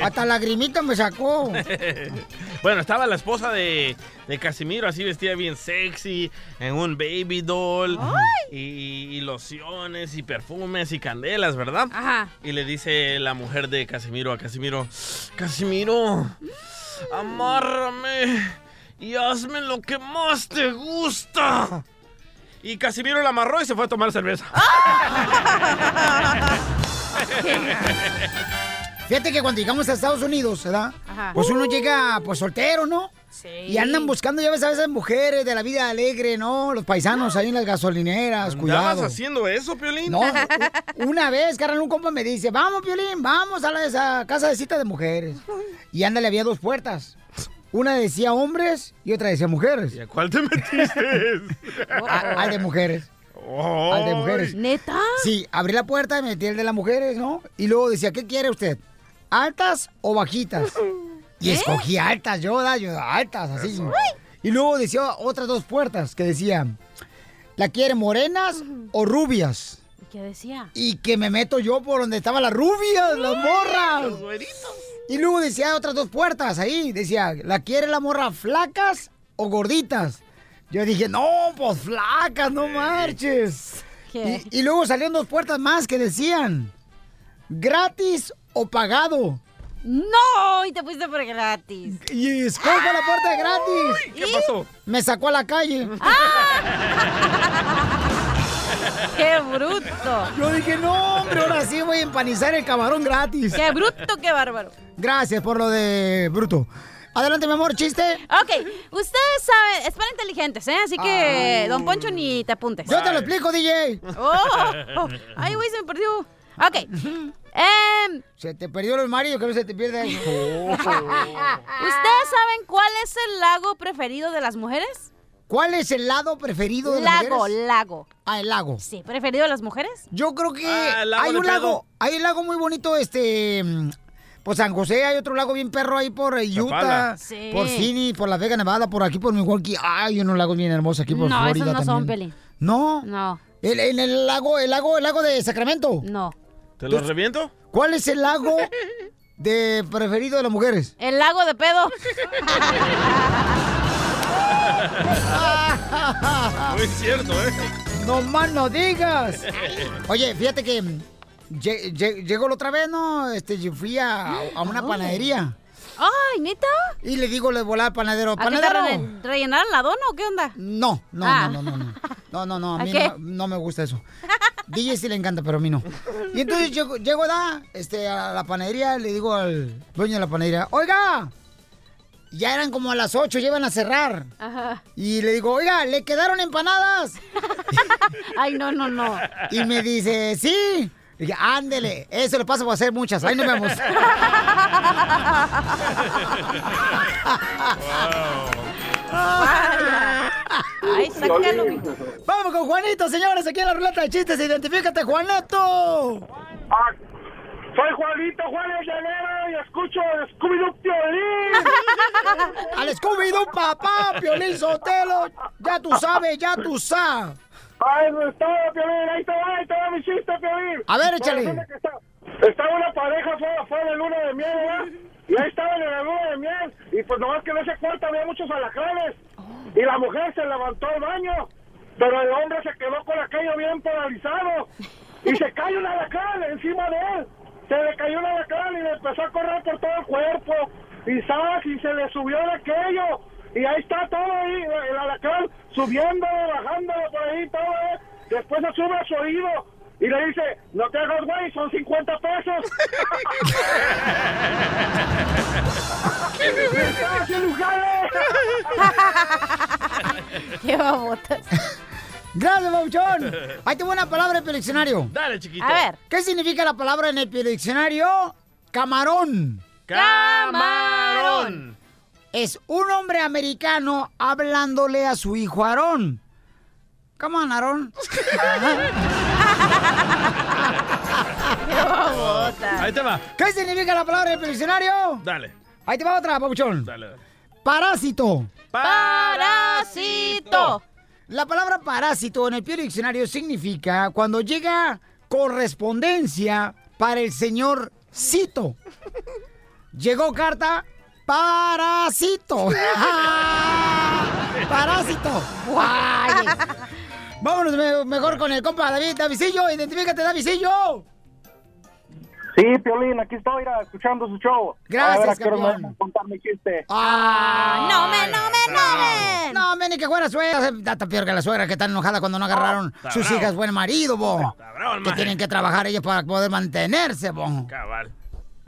Hasta lagrimita me sacó.
bueno, estaba la esposa de, de Casimiro así vestida bien sexy, en un baby doll, y, y lociones, y perfumes, y candelas, ¿verdad?
Ajá.
Y le dice la mujer de Casimiro a Casimiro, Casimiro, amárrame y hazme lo que más te gusta. Y Casimiro la amarró y se fue a tomar cerveza.
Ah, Fíjate que cuando llegamos a Estados Unidos, ¿verdad?
Ajá.
Pues uno llega, pues soltero, ¿no?
Sí.
Y andan buscando, ya ves, a veces mujeres de la vida alegre, ¿no? Los paisanos ahí en las gasolineras,
¿Estabas
cuidado.
haciendo eso, Piolín?
No, una vez, carnal, un compa me dice, vamos, Piolín, vamos a la esa casa de cita de mujeres. Y ándale, había dos puertas. Una decía hombres y otra decía mujeres. ¿Y a
cuál te metiste? Oh.
al de mujeres. Al de mujeres.
¿Neta?
Sí, abrí la puerta y metí el de las mujeres, ¿no? Y luego decía, ¿qué quiere usted? ¿Altas o bajitas? Y
¿Eh?
escogí altas, yo, da, yo, altas, así.
Eso.
Y luego decía otras dos puertas que decían, ¿la quiere morenas o rubias?
¿Qué decía?
Y que me meto yo por donde estaba la rubia, las morras. Y luego decía otras dos puertas ahí. Decía, ¿la quiere la morra flacas o gorditas? Yo dije, no, pues flacas, no marches.
¿Qué?
Y, y luego salieron dos puertas más que decían, ¿gratis o pagado?
¡No! Y te fuiste por gratis.
Y escojo la puerta de gratis.
¿Qué pasó? ¡Ah!
Me sacó a la calle.
¡Qué bruto!
Yo dije, no, hombre, ahora sí voy a empanizar el camarón gratis.
¡Qué bruto, qué bárbaro!
Gracias por lo de bruto. Adelante, mi amor, chiste.
Ok, ustedes saben, es para inteligentes, ¿eh? Así que,
Ay.
don Poncho, ni te apuntes.
Ah. Yo te lo explico, DJ.
¡Oh! ¡Ay, güey, se me perdió! Ok. Em,
Se te perdió el marido, que no se te pierda eso.
Oh. ¿Ustedes saben cuál es el lago preferido de las mujeres?
¿Cuál es el lado preferido de las
Lago,
mujeres?
lago.
Ah, el lago.
Sí, preferido de las mujeres.
Yo creo que
Ah, el lago
hay
de
un
Pedro.
lago, hay un lago muy bonito, este, mm, por San José, hay otro lago bien perro ahí por eh, Utah,
Zapala. Sí.
por Phoenix, por Las Vegas, Nevada, por aquí por Milwaukee. Hay unos lagos bien hermosos aquí por
no,
Florida
esos no son,
también.
Peli.
No.
No.
El, en el lago, el lago, el lago de Sacramento.
No.
¿Te lo reviento?
¿Cuál es el lago de preferido de las mujeres?
El lago de pedo.
Muy cierto, ¿eh?
No más no digas. Oye, fíjate que mm, lle- lle- llegó la otra vez, ¿no? Este, yo fui a, a una
Oh.
panadería.
¡Ay, neta!
Y le digo, le volar al panadero,
¿A qué te
panadero.
rellen- rellenaron la dona o qué onda?
No, no,
Ah.
no, no, no, no. No, no, no, a
¿A
mí
qué?
no, no me gusta eso. DJ sí le encanta, pero a mí no. Y entonces llego, llego da, este, a la panadería, le digo al dueño de la panadería, oiga, ya eran como a las 8, llevan a cerrar.
Ajá.
Y le digo, oiga, ¿le quedaron empanadas?
Ay, no, no, no.
Y me dice, sí. Y dije, ándele, eso le pasa por hacer muchas. Ahí nos vemos.
Ay, sácalo.
Vamos con Juanito, señores, aquí en la ruleta de chistes. Identifícate, Juaneto.
Soy Juanito Juárez Llanero y escucho Scooby-Doo
Al Scooby-Doo, papá, Piolín Sotelo. Ya tú sabes, ya tú sabes.
Ay, no está, Piolín, ahí te va, ahí te va mi chiste, Piolín.
A ver, échale.
Bueno, resulta que está- Estaba una pareja, fue, fue la luna de miel, ¿verdad? Y ahí estaban en la luna de miel, y pues nomás que en ese cuarto había muchos alacranes. Y la mujer se levantó al baño, pero el hombre se quedó con aquello bien paralizado. Y se cae un alacrán encima de él. Se le cayó un alacrán y le empezó a correr por todo el cuerpo. Y sabes, y se le subió de aquello. Y ahí está todo ahí, el alacrán, subiendo, bajándolo por ahí, todo, ¿eh? Después se sube a su oído y le dice, no te hagas güey, son 50 pesos. ¡Estás en lugares!
Qué babotas.
Gracias, Bauchón. Ahí tengo una palabra en el diccionario.
Dale, chiquito.
A ver. ¿Qué significa la palabra en el diccionario? Camarón.
Camarón.
Es un hombre americano hablándole a su hijo Aarón. Come on, Aarón.
Ahí te va.
¿Qué significa la palabra en el diccionario?
Dale.
Ahí te va otra, papuchón. Parásito.
Parásito.
La palabra parásito en el Pío Diccionario significa cuando llega correspondencia para el señor Cito. Llegó carta parásito. parásito. Guay. Vámonos me- mejor con el compa David Davisillo. Identifícate, Davisillo.
Sí, Piolín, aquí estoy mira, escuchando su show.
Gracias,
a ver, ¿a qué hora me
campeón. Ah,
dejan contar mi chiste.
no me, no me, no me. No me, ni que fuera suegra. Está peor que la suegra que está enojada cuando no agarraron
Está
sus
bravo.
hijas buen marido, bo.
el
Que
Oh, maje.
tienen que trabajar ellas para poder mantenerse, bo.
Cabal.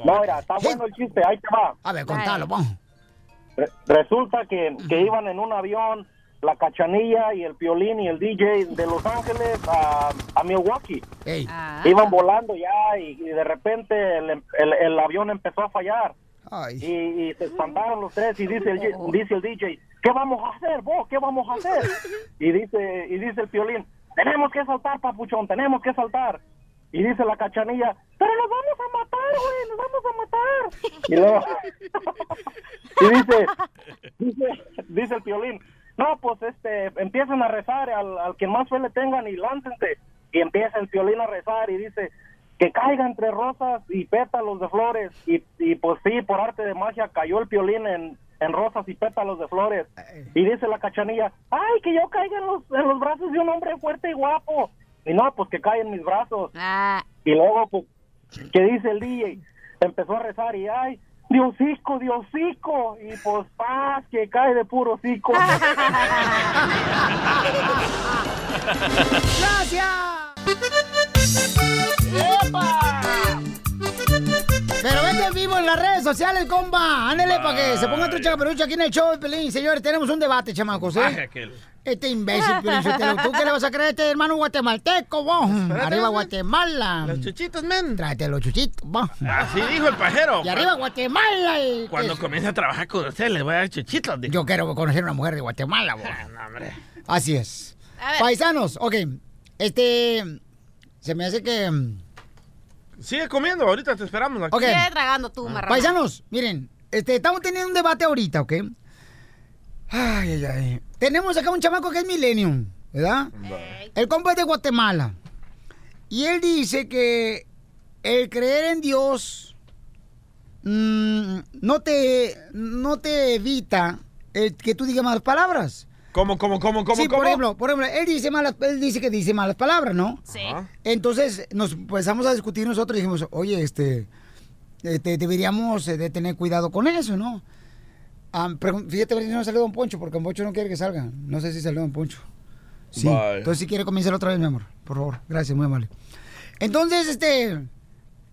No, mira, está bueno el chiste, ahí te va.
A ver, contalo, bo.
Re- resulta que, que iban en un avión la cachanilla y el piolín y el DJ de Los Ángeles a, a Milwaukee.
Ah.
Iban volando ya y, y de repente el, em- el- el avión empezó a fallar. Y, y se espantaron los tres y dice el, J- dice el DJ, ¿qué vamos a hacer vos? ¿Qué vamos a hacer? Y dice, y dice el piolín, tenemos que saltar, papuchón, tenemos que saltar. Y dice la cachanilla, pero nos vamos a matar, güey, nos vamos a matar. Y luego- y dice, dice, dice el piolín, no, pues este, empiecen a rezar al, al que más fe le tengan y láncense. Y empieza el piolín a rezar y dice, que caiga entre rosas y pétalos de flores. Y, y pues sí, por arte de magia cayó el piolín en, en rosas y pétalos de flores. Y dice la cachanilla, ay, que yo caiga en los, en los brazos de un hombre fuerte y guapo. Y no, pues que cae en mis brazos. Y luego, pues, ¿qué dice el DJ? Empezó a rezar y, ay, Diosico, Diosico. Y pues, paz, que cae de puro cico.
¡Gracias! Pero vete en vivo en las redes sociales, compa. Ándale para que se ponga trucha caperucha aquí en el show, Pelín. Señores, tenemos un debate, chamacos, ¿eh?
Baje aquel.
Este imbécil, Piolín Sotelo, ¿tú qué le vas a creer a este hermano guatemalteco, vos? Arriba Guatemala. Los
chuchitos, men.
Tráete los chuchitos, vos.
Así dijo el pajero.
Y arriba Guatemala. y-
Cuando
que-
comience a trabajar con usted, le voy a dar chuchitos. dijo.
Yo quiero conocer una mujer de Guatemala, vos.
No, hombre.
Así es. Paisanos, ok. Este. Se me hace que. mm,
Sigue comiendo, ahorita te esperamos. Aquí.
Ok. Sigue
tragando tú, marrano.
Paisanos, miren. Este, estamos teniendo un debate ahorita, ¿ok? Ay, ay, ay. Tenemos acá un chamaco que es Millennium, ¿verdad? El compa es de Guatemala. Y él dice que el creer en Dios mm, no, te, no te evita el que tú digas malas palabras.
¿Cómo, cómo, cómo, cómo,
sí,
cómo?
Por ejemplo, por ejemplo, él dice malas, él dice que dice malas palabras, ¿no?
Sí.
¿Ah?
Entonces nos empezamos a discutir nosotros y dijimos, oye, este, este, deberíamos eh, de tener cuidado con eso, ¿no? Ah, pregun- fíjate a ver si no salió Don Poncho, porque Don Poncho no quiere que salga. No sé si salió Don Poncho. Sí.
Bye.
Entonces si quiere comenzar otra vez, mi amor. Por favor. Gracias, muy amable. Entonces, este.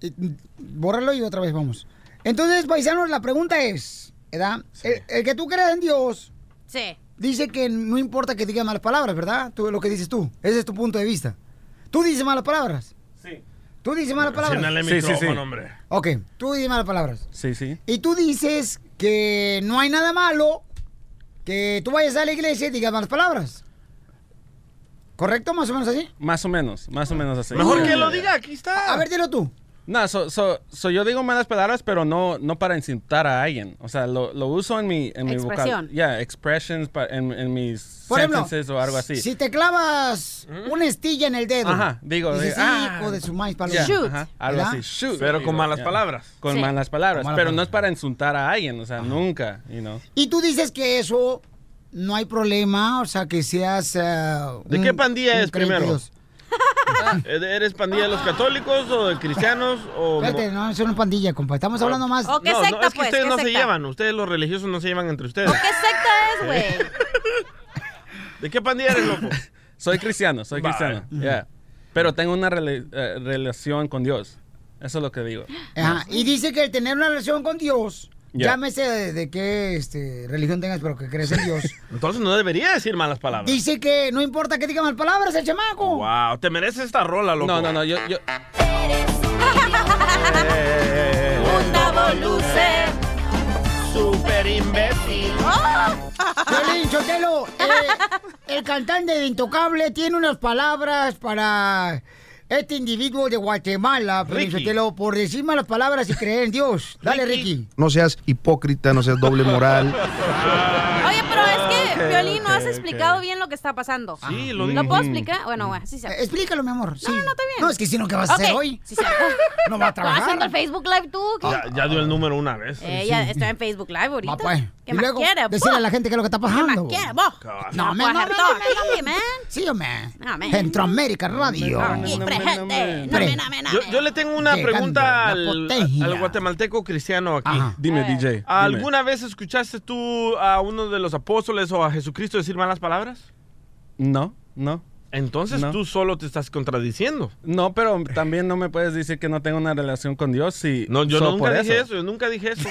eh, Bórralo y otra vez vamos. Entonces, paisanos, la pregunta es, ¿verdad? El, el que tú creas en Dios.
Sí.
Dice que no importa que diga malas palabras, ¿verdad? Tú lo que dices tú. Ese es tu punto de vista. Tú dices malas palabras.
Sí.
Tú dices malas palabras.
Enciéndale el
Sí, sí, sí.
micrófono, hombre.
Ok, tú dices malas palabras.
Sí, sí.
Y tú dices que no hay nada malo que tú vayas a la iglesia y digas malas palabras. ¿Correcto? Más o menos así.
Más o menos, más o menos así.
Mejor que
Sí.
lo diga, aquí está.
A ver, dilo tú.
No, so, so- so yo digo malas palabras, pero no, no para insultar a alguien. O sea, lo, lo uso en mi, en mi
Expresión.
vocal. Yeah, expressions, pa- en, en mis
Por ejemplo,
sentences o algo así.
Si te clavas
¿Mm?
una estilla en el dedo.
Ajá, digo,
dices,
de- ah.
hijo de su maíz paloma.
Yeah, ajá, algo
¿verdad?
así, shoot.
Pero con malas
yeah.
palabras.
Con
Sí.
malas palabras,
Con malas
pero
palabras.
no es para insultar a alguien, o sea, nunca, you know.
Y tú dices que eso no hay problema, o sea, que seas... eh,
¿De qué pandilla es primero? ¿E- ¿Eres pandilla de los católicos o de cristianos? O...
Espérate, no, es una pandilla, compa. Estamos hablando más...
Ah. no, no, es pues, que
pues?
ustedes no se llevan, ustedes los religiosos no se llevan entre ustedes.
¿Qué secta es, güey?
¿De qué pandilla eres, loco?
Soy cristiano, soy
Vale.
cristiano, yeah. Pero tengo una rela- eh, relación con Dios. Eso es lo que digo.
Ajá, Y dice que el tener una relación con Dios,
Ya.
llámese de, de qué este, religión tengas, pero que crees en Dios.
Entonces no debería decir malas palabras.
dice que no importa que diga mal palabras el chamaco.
Wow, te mereces esta rola, loco.
No, no, no, yo... yo...
Un luce
super imbécil.
Violín, Sotelo, eh, el cantante de Intocable tiene unas palabras para este individuo de Guatemala, Felicitelo, por decir malas palabras y creer en Dios. Dale, Ricky.
No seas hipócrita, no seas doble moral.
Ah,
Oye, pero es que,
ok,
Violín, no
ok,
has explicado bien lo que está pasando.
Sí, lo
¿Lo
dije.
puedo explicar? Bueno, bueno, sí se
Explícalo, mi amor.
No, no, está bien.
No, es que si no, ¿qué vas a hacer
Ok,
hoy?
sí se-
No va a
¿Estás haciendo el
trabajar.
Facebook Live tú? ¿Qué?
Ya, ya dio el número una vez.
Eh, ya estoy en Facebook Live ahorita.
pues.
¿Qué
Y
más
luego,
quieres,
decirle
po?
a la gente qué es lo que está
¿Qué
pasando.
más quieres, vos?
No,
puedes
me, no, me,
hacer
no,
todo aquí, man.
Sí, hombre.
No, man.
Centroamérica Radio.
Aquí, presente. No, man, no, man, no,
Yo,
man.
yo le tengo una
Llegando
pregunta
la
al,
potencia.
al guatemalteco cristiano aquí.
Dime, DJ.
¿Alguna vez escuchaste tú a uno de los apóstoles o a Jesucristo decir malas palabras?
No, no.
Entonces
No.
tú solo te estás contradiciendo.
No, pero también no me puedes decir que no tengo una relación con Dios si
No, yo
solo por
nunca dije eso. yo nunca dije eso.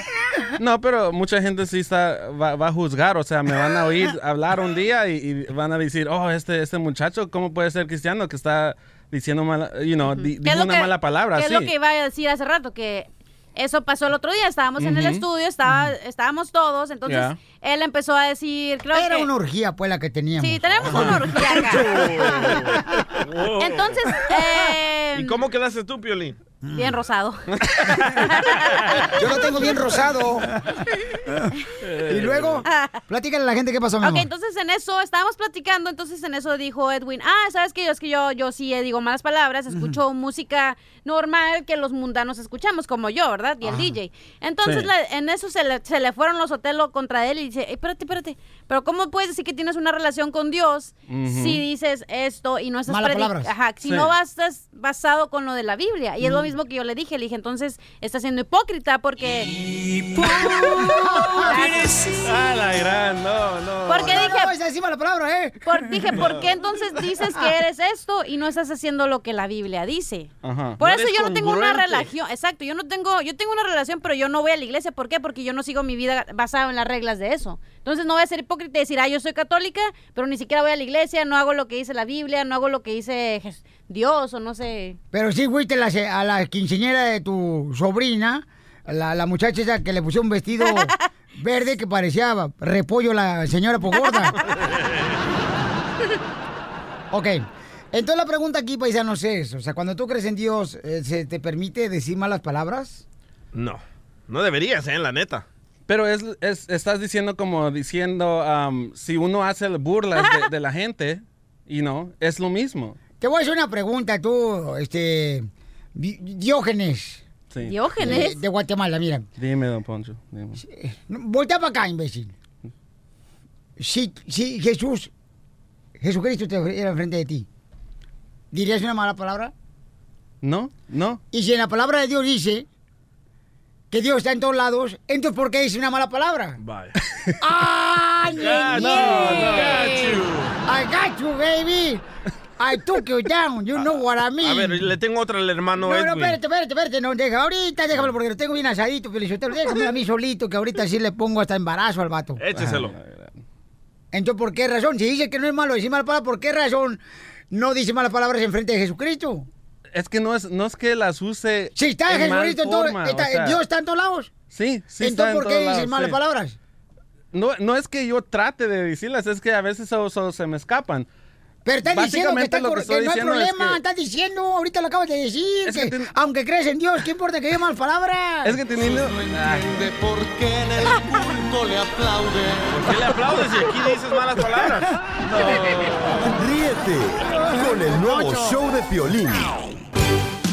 No, pero mucha gente sí está, va, va a juzgar, o sea, me van a oír hablar un día y, y van a decir, oh, este, este muchacho, ¿cómo puede ser cristiano que está diciendo mala, you know, di-
¿Qué es
dijo
lo
una
que-
mala palabra?
¿Qué
sí.
es lo que iba a decir hace rato? Que eso pasó el otro día. Estábamos en el
Ujú.
estudio, estaba, estábamos todos. Entonces
Ya.
él empezó a decir, creo
Era
que-
una orgía, pues, la que teníamos.
Sí, tenemos una orgía acá. Entonces, eh,
¿Y cómo quedaste tú, Piolín?
bien rosado.
Yo lo tengo bien rosado. y luego, platícale a la gente qué pasó, mi
Ok,
amor.
entonces en eso estábamos platicando, entonces en eso dijo Edwin, ah, sabes que yo es que yo, yo sí eh, digo malas palabras, escucho música normal que los mundanos escuchamos, como yo, ¿verdad? Y el DJ. Entonces
Sí.
la- en eso se le, se le fueron los hotelos contra él y dice, "Ey, espérate, espérate, pero ¿cómo puedes decir que tienes una relación con Dios
Ujú.
si dices esto y no estás
Malas
predi-
palabras.
Ajá, si
Sí. Mm.
no vas- estás basado con lo de la Biblia? Y es lo mismo que yo le dije, le dije, entonces estás siendo hipócrita porque...
Ah, la gran, no, no.
Porque
No, no,
dije.
no, esa es mala palabra, ¿eh?
por- dije, ¿por qué entonces dices que eres esto y no estás haciendo lo que la Biblia dice?
Ajá.
Por eso yo no tengo una
congruente.
relación, exacto, yo no tengo, yo tengo una relación, pero yo no voy a la iglesia, ¿por qué? Porque yo no sigo mi vida basada en las reglas de eso. Entonces no voy a ser hipócrita y decir, ah, yo soy católica, pero ni siquiera voy a la iglesia, no hago lo que dice la Biblia, no hago lo que dice Jes- Dios o no sé.
Pero sí fuiste a la, se- a la quinceañera de tu sobrina, la, la muchacha esa que le puso un vestido verde que parecía repollo la señora Pogorda. ok. Entonces la pregunta aquí, paisanos, es, o sea, cuando tú crees en Dios, eh, ¿se te permite decir malas palabras?
No. No deberías, ¿eh? La neta.
Pero es, es- estás diciendo como diciendo, um, si uno hace burlas de, de la gente, y no, es lo mismo.
Te voy a hacer una pregunta, tú, este, Di- Diógenes.
Sí.
De, de Guatemala, mira.
Dime, don Poncho. dime.
No, Voltea para acá, imbécil. Si, si Jesús, Jesucristo te era enfrente de ti, ¿dirías una mala palabra?
No, no.
Y si en la palabra de Dios dice que Dios está en todos lados, entonces ¿por qué dice una mala palabra?
Vaya.
¡Ah,
Got you,
ñe, ñe!
got you.
I got you, baby. I took you down. You know what I mean.
A ver, le tengo otra al hermano
No, no,
Edwin.
espérate, espérate, espérate, no, deja, ahorita déjamelo porque lo tengo bien asadito, Pelizotelo, déjamelo a mí solito, que ahorita sí le pongo hasta embarazo al vato.
Écheselo.
Ah, Entonces, ¿por qué razón? Si dice que no es malo decir malas palabras, ¿por qué razón no dice malas palabras en frente de Jesucristo?
Es que no es, no es que las use.
Si está
en mal
Jesucristo, en todo-
eh,
forma,
está-
o sea,
Dios está en todos lados.
Sí, sí. está
Entonces,
en
¿por qué
todos
dices
lados,
malas
sí.
palabras?
No, no es que yo trate de decirlas, es que a veces solo, solo se me escapan.
Pero estás diciendo que,
Básicamente
está
lo
cor-
que estoy
que no hay
diciendo es
problema,
que-
estás diciendo, ahorita lo acabas de decir, que aunque crees en Dios, ¿qué importa que diga malas palabras?
Es que teniendo.
entiende por qué en el culto le aplaude.
¿Por qué le aplaudes y aquí dices malas palabras?
Ríete con el nuevo
Ocho.
show de Piolín.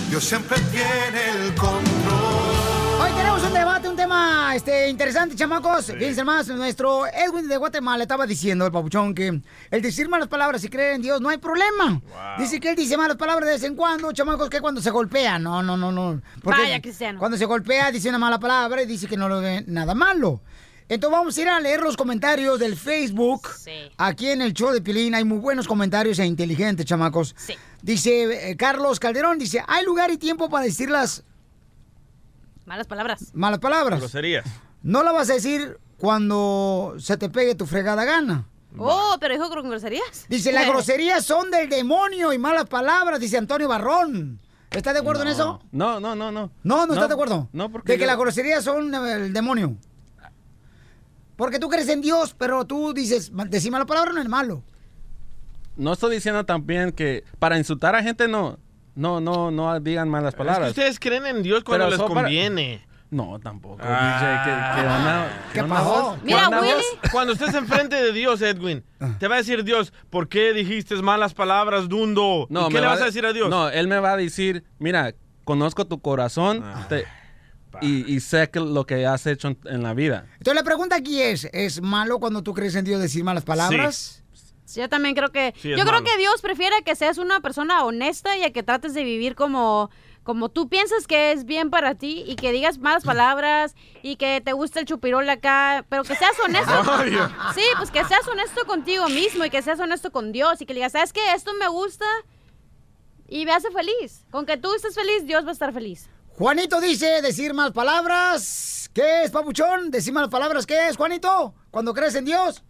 Dios siempre tiene el control.
Hoy tenemos un debate, un tema este, interesante, chamacos. Fíjense más, nuestro Edwin de Guatemala estaba diciendo, el papuchón, que el decir malas palabras y creer en Dios no hay problema. Dice que él dice malas palabras de vez en cuando, chamacos, que cuando se golpea. No, no, no, no.
Vaya, Cristiano.
Cuando se golpea, dice una mala palabra y dice que no lo ve nada malo. Entonces vamos a ir a leer los comentarios del Facebook. Aquí en el show de Pilín hay muy buenos comentarios e inteligentes, chamacos. Dice eh, Carlos Calderón, dice, hay lugar y tiempo para decir las
Malas palabras.
malas palabras.
Groserías.
No la vas a decir cuando se te pegue tu fregada gana.
Oh, pero dijo con groserías.
Dice, las groserías son del demonio y malas palabras, dice Antonio Barrón. ¿Estás de acuerdo en eso?
No, no, no, no.
No, no, estás de acuerdo.
No, porque.
De que
yo-
las groserías son el demonio. Porque tú crees en Dios, pero tú dices, "Ma- decir mala palabra no es malo.
No estoy diciendo también que para insultar a gente no. No, no, no digan malas
Es que
palabras.
ustedes creen en Dios cuando
Pero
les
eso para-
conviene.
No, tampoco. DJ,
Ah.
que, que onda-
¿Qué
onda
pasó?
vos?
Mira,
¿Qué onda
Willy.
vos?
Cuando estés enfrente de Dios, Edwin, te va a decir Dios, ¿por qué dijiste malas palabras, Dundo? ¿Y ¿Qué
me
le
va
vas a decir a Dios?
No, él me va a decir, mira, conozco tu corazón
Ah.
te- y, y sé que lo que has hecho en, en la vida.
Entonces la pregunta aquí es, ¿es malo cuando tú crees en Dios decir malas palabras?
Sí, Yo también creo que.
Sí, es
yo creo
malo.
que Dios prefiere que seas una persona honesta y a que trates de vivir como, como tú piensas que es bien para ti y que digas malas palabras y que te guste el chupirol acá, pero que seas honesto.
Vaya.
sí, pues que seas honesto contigo mismo y que seas honesto con Dios y que le digas, ¿sabes qué? Esto me gusta y me hace feliz. Con que tú estés feliz, Dios va a estar feliz.
Juanito dice decir malas palabras. ¿Qué es, papuchón? Decir malas palabras, ¿qué es, Juanito? Cuando crees en Dios.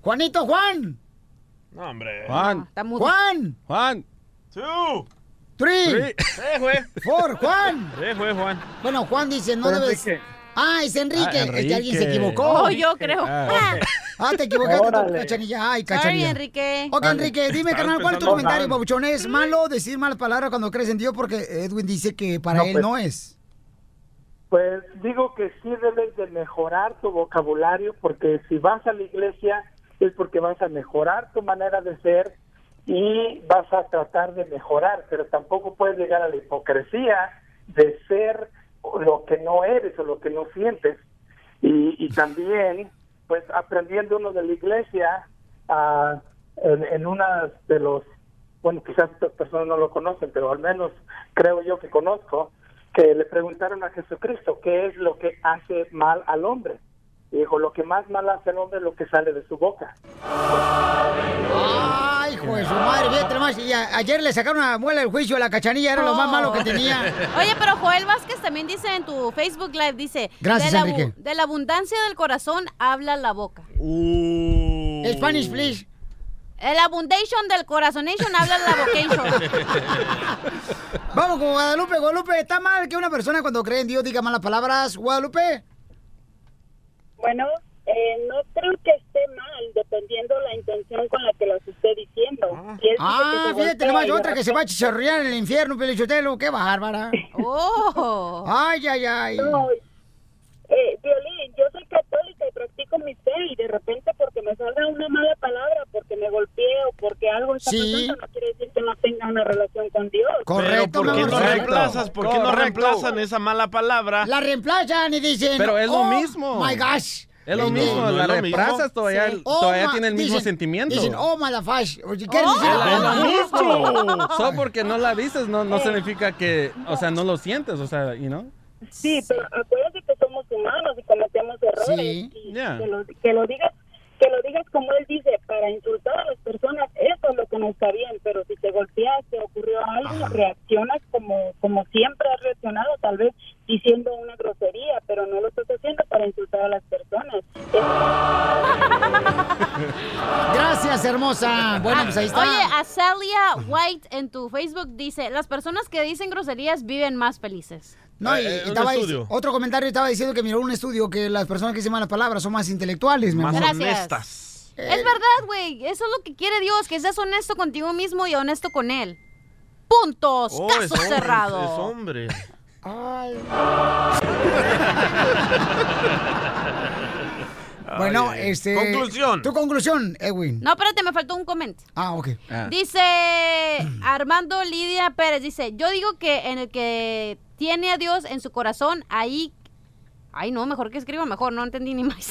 Juanito, Juan.
No, hombre.
Juan.
Juan.
Two.
Three.
Three. Eh, güey.
Four, Juan.
Eh, güey, Juan.
Bueno, Juan dice, no
Pero
debes...
Enrique.
Ah, es Enrique.
Ah,
Es que alguien se
Enrique.
equivocó.
Oh, yo creo.
Ah,
Ah.
te equivocaste tú,
Órale.
Cachanilla. Ay,
Sorry,
Cachanilla.
Enrique.
Ok,
Dale.
Enrique, dime,
Estabas
carnal, ¿cuál es tu
pensando
comentario,
mal.
babuchón? ¿Es malo decir malas palabras cuando crees en Dios? Porque Edwin dice que para
No,
él
pues.
no es.
Pues digo que sí debes de mejorar tu vocabulario porque si vas a la iglesia es porque vas a mejorar tu manera de ser y vas a tratar de mejorar, pero tampoco puedes llegar a la hipocresía de ser lo que no eres o lo que no sientes. Y, y también, pues aprendiendo uno de la iglesia, ah, en, en una de los, bueno, quizás estas personas no lo conocen, pero al menos creo yo que conozco, que le preguntaron a Jesucristo qué es lo que hace mal al hombre. Y dijo, lo que más mal hace al hombre es lo que sale de su boca.
Ay, hijo de su madre, fíjate nomás. Y a- ayer le sacaron a muela el juicio a la Cachanilla, era lo más malo que tenía.
Oye, pero Joel Vázquez también dice en tu Facebook Live, dice...
Gracias,
de la,
Enrique.
de la abundancia del corazón habla la boca.
Spanish, please.
El abundation del corazonation habla la vocation.
Vamos con Guadalupe. Guadalupe, ¿está mal que una persona cuando cree en Dios diga malas palabras? Guadalupe.
Bueno, eh, no creo que esté mal, dependiendo la intención con la que las esté diciendo. Si él dice que
Ah,
se
fíjate
golpea
nomás,
y
otra que se va a
arrastra-
chicharrear en el infierno, Pelichotelo. Qué bárbara.
¡Oh!
Ay, ay, ay.
No, eh, Violín, yo soy católica y practico mi fe y de repente porque me salga una mala palabra, porque me golpeé o porque algo está
Sí.
pasando, no quiere decir que no tenga una relación con Dios.
Pero ¿por qué no
correcto.
reemplazas? ¿Por qué no
Correcto.
reemplazan esa mala palabra?
La reemplazan y dicen.
Pero es lo
"Oh,
mismo.
My gosh.
Es lo
Pues No,
mismo,
no es
la
lo mismo.
reemplazas todavía,
Sí.
todavía
Oh, ma-
tiene el mismo
dicen-
sentimiento.
Dicen, oh, malafash. Oye, ¿qué
Es la-
dicen? Oh,
es lo mismo.
malafash.
Solo porque no la dices no, no significa que, o sea, no lo sientes, o sea, you know?
Sí, pero acuérdate que somos humanos y cometemos errores.
Sí.
Y
Yeah.
que, lo, que lo digas que lo digas como él dice, para insultar a las personas, eso es lo que no está bien, pero si te golpeaste, ocurrió algo, reaccionas como, como siempre has reaccionado, tal vez diciendo una grosería, pero no lo estás haciendo para insultar a las personas.
Gracias, hermosa. Bueno, pues ahí está.
Ah, Oye, Azalia White en tu Facebook dice, las personas que dicen groserías viven más felices.
No, y,
Eh,
y
un
estaba,
estudio.
otro comentario estaba diciendo que miró un estudio que las personas que dicen malas palabras son más intelectuales, mi
Más
amor.
Gracias. honestas.
Eh.
Es verdad, güey. Eso es lo que quiere Dios, que seas honesto contigo mismo y honesto con Él. Puntos.
Oh, es
caso
hombre,
cerrado.
Es hombre.
Bueno,
Ay, ay.
este.
Conclusión.
Tu conclusión, Edwin.
No, espérate, me faltó un comentario.
Ah, ok.
Dice Armando Lidia Pérez, dice, yo digo que en el que tiene a Dios en su corazón, ahí... Ay, no, mejor que escriba mejor, no entendí ni más.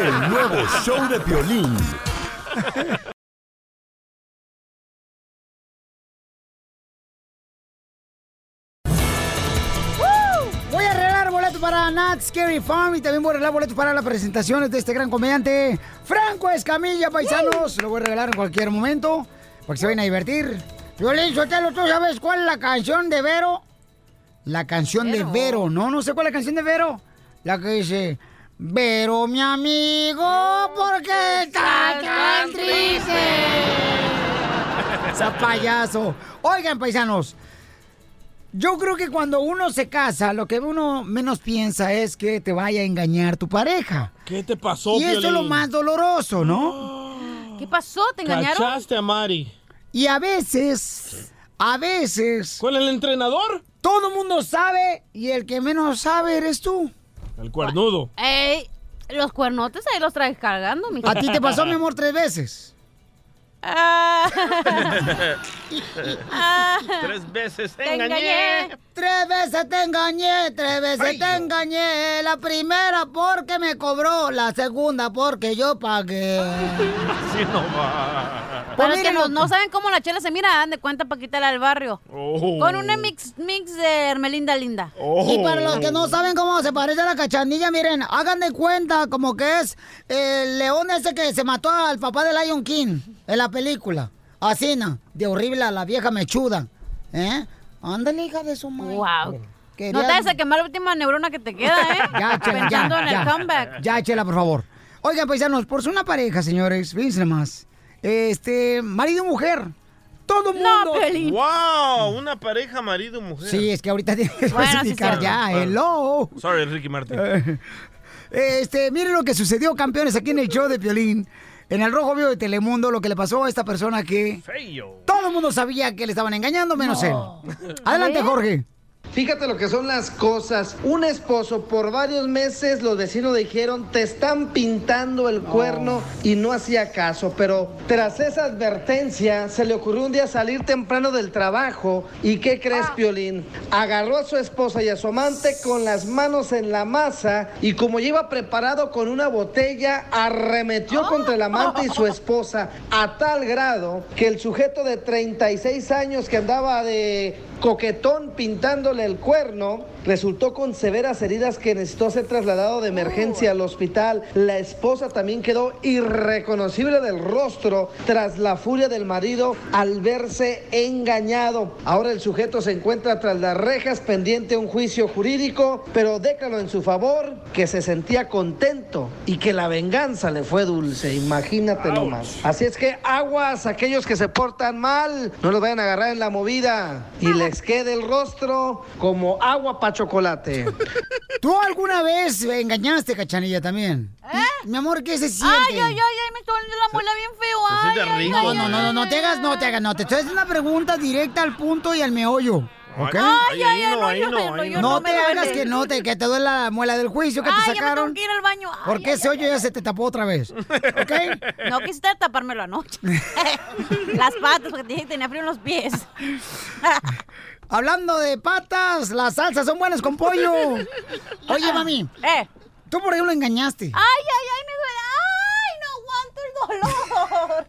El nuevo show de violín.
Voy a arreglar boletos para Not Scary Farm y también voy a arreglar boletos para las presentaciones de este gran comediante, Franco Escamilla, paisanos. Lo voy a regalar en cualquier momento porque se vayan a divertir. Violín Sotelo, ¿tú sabes cuál es la canción de Vero? La canción de Vero, ¿no? No sé cuál es la canción de Vero. La que dice, Vero, mi amigo, ¿por qué estás tan triste? Esa payaso. Oigan, paisanos. Yo creo que cuando uno se casa, lo que uno menos piensa es que te vaya a engañar tu pareja.
¿Qué te pasó,
y esto es lo
Piolín?
más doloroso, ¿no?
¿Qué pasó? ¿Te engañaron?
Cachaste a Mari.
Y a veces, a veces...
¿Con el entrenador?
Todo el mundo sabe y el que menos sabe eres tú.
El cuernudo.
Ey, Eh, los cuernotes ahí los traes cargando, mijo.
¿A ti te pasó, mi amor, tres veces?
Ah.
Tres veces
Te
engañé.
Tres veces te engañé, tres veces te engañé. La primera porque me cobró, la segunda porque yo pagué.
Sí, no va.
Pues
Para los que no, no saben cómo la chela se mira, dan de cuenta para quitarla al barrio.
Oh.
Con una mix, mix de Hermelinda Linda.
Y para los que no saben cómo se parece a la cachanilla, miren, hagan de cuenta como que es el león ese que se mató al papá de Lion King en la película. Asina, de horrible a la vieja mechuda. ¿Eh? Ándale, hija de su madre.
Wow.
Quería-
No te vas a quemar la última neurona que te queda, ¿eh?
Ya, Chela, ya,
Pensando en
ya.
el comeback.
Ya, Chela, por favor. Oigan, paisanos, por ser una pareja, señores, fíjense más. Este, marido y mujer. Todo mundo.
¡Wow! Una pareja marido-mujer.
Sí, es que ahorita tienen que
Bueno, sí,
especificar
sí.
ya.
Bueno.
Hello.
Sorry, Ricky Martin.
Este, miren lo que sucedió, campeones, aquí en el show de Piolín. En el Rojo Vivo de Telemundo, lo que le pasó a esta persona que...
Feyo.
Todo el mundo sabía que le estaban engañando, menos él.
¿Eh?
Adelante, Jorge.
¿Eh? Fíjate lo que son las cosas. Un esposo por varios meses, los vecinos dijeron, te están pintando el cuerno y no hacía caso. Pero tras esa advertencia, se le ocurrió un día salir temprano del trabajo. ¿Y qué
Ah.
crees, Piolín? Agarró a su esposa y a su amante con las manos en la masa y como lleva preparado con una botella,
Ah.
arremetió contra el amante y su esposa a tal grado que el sujeto de 36 años que andaba de coquetón pintándole el cuerno, resultó con severas heridas que necesitó ser trasladado de emergencia al hospital. La esposa también quedó irreconocible del rostro tras la furia del marido al verse engañado. Ahora el sujeto se encuentra tras las rejas pendiente un juicio jurídico, pero déclaró en su favor que se sentía contento y que la venganza le fue dulce. Imagínate nomás. Así es que aguas, aquellos que se portan mal, no los vayan a agarrar en la movida y les quede el rostro como agua para chocolate.
¿Tú alguna vez engañaste, Cachanilla, también? Mi amor, ¿qué se siente?
¿Eh? Ay, ay, ay, ay, me estoy doliendo la muela bien feo. Ay, ay, ay,
No,
ay,
no, no, no, no te hagas, no te hagas, no. Te estoy haciendo una pregunta directa al punto y al meollo. ¿Ok?
Ay, ay, ay, ay, no, no, ahí no, no, ahí no, no, no me
te
duele.
hagas que no te, que te duele la muela del juicio que
Ay,
te
ya me tengo
sacaron.
que ir al baño. Ay,
Porque
ay,
ese hoyo ya se te tapó otra vez. ¿Ok?
ay. No quisiste tapármelo anoche. Las patas, porque te dije que tenía frío en los pies.
Hablando de patas, las salsas son buenas con pollo. Oye, mami.
Eh.
Tú por ejemplo engañaste.
Ay, ay, ay, me duele. Ay, no aguanto el dolor.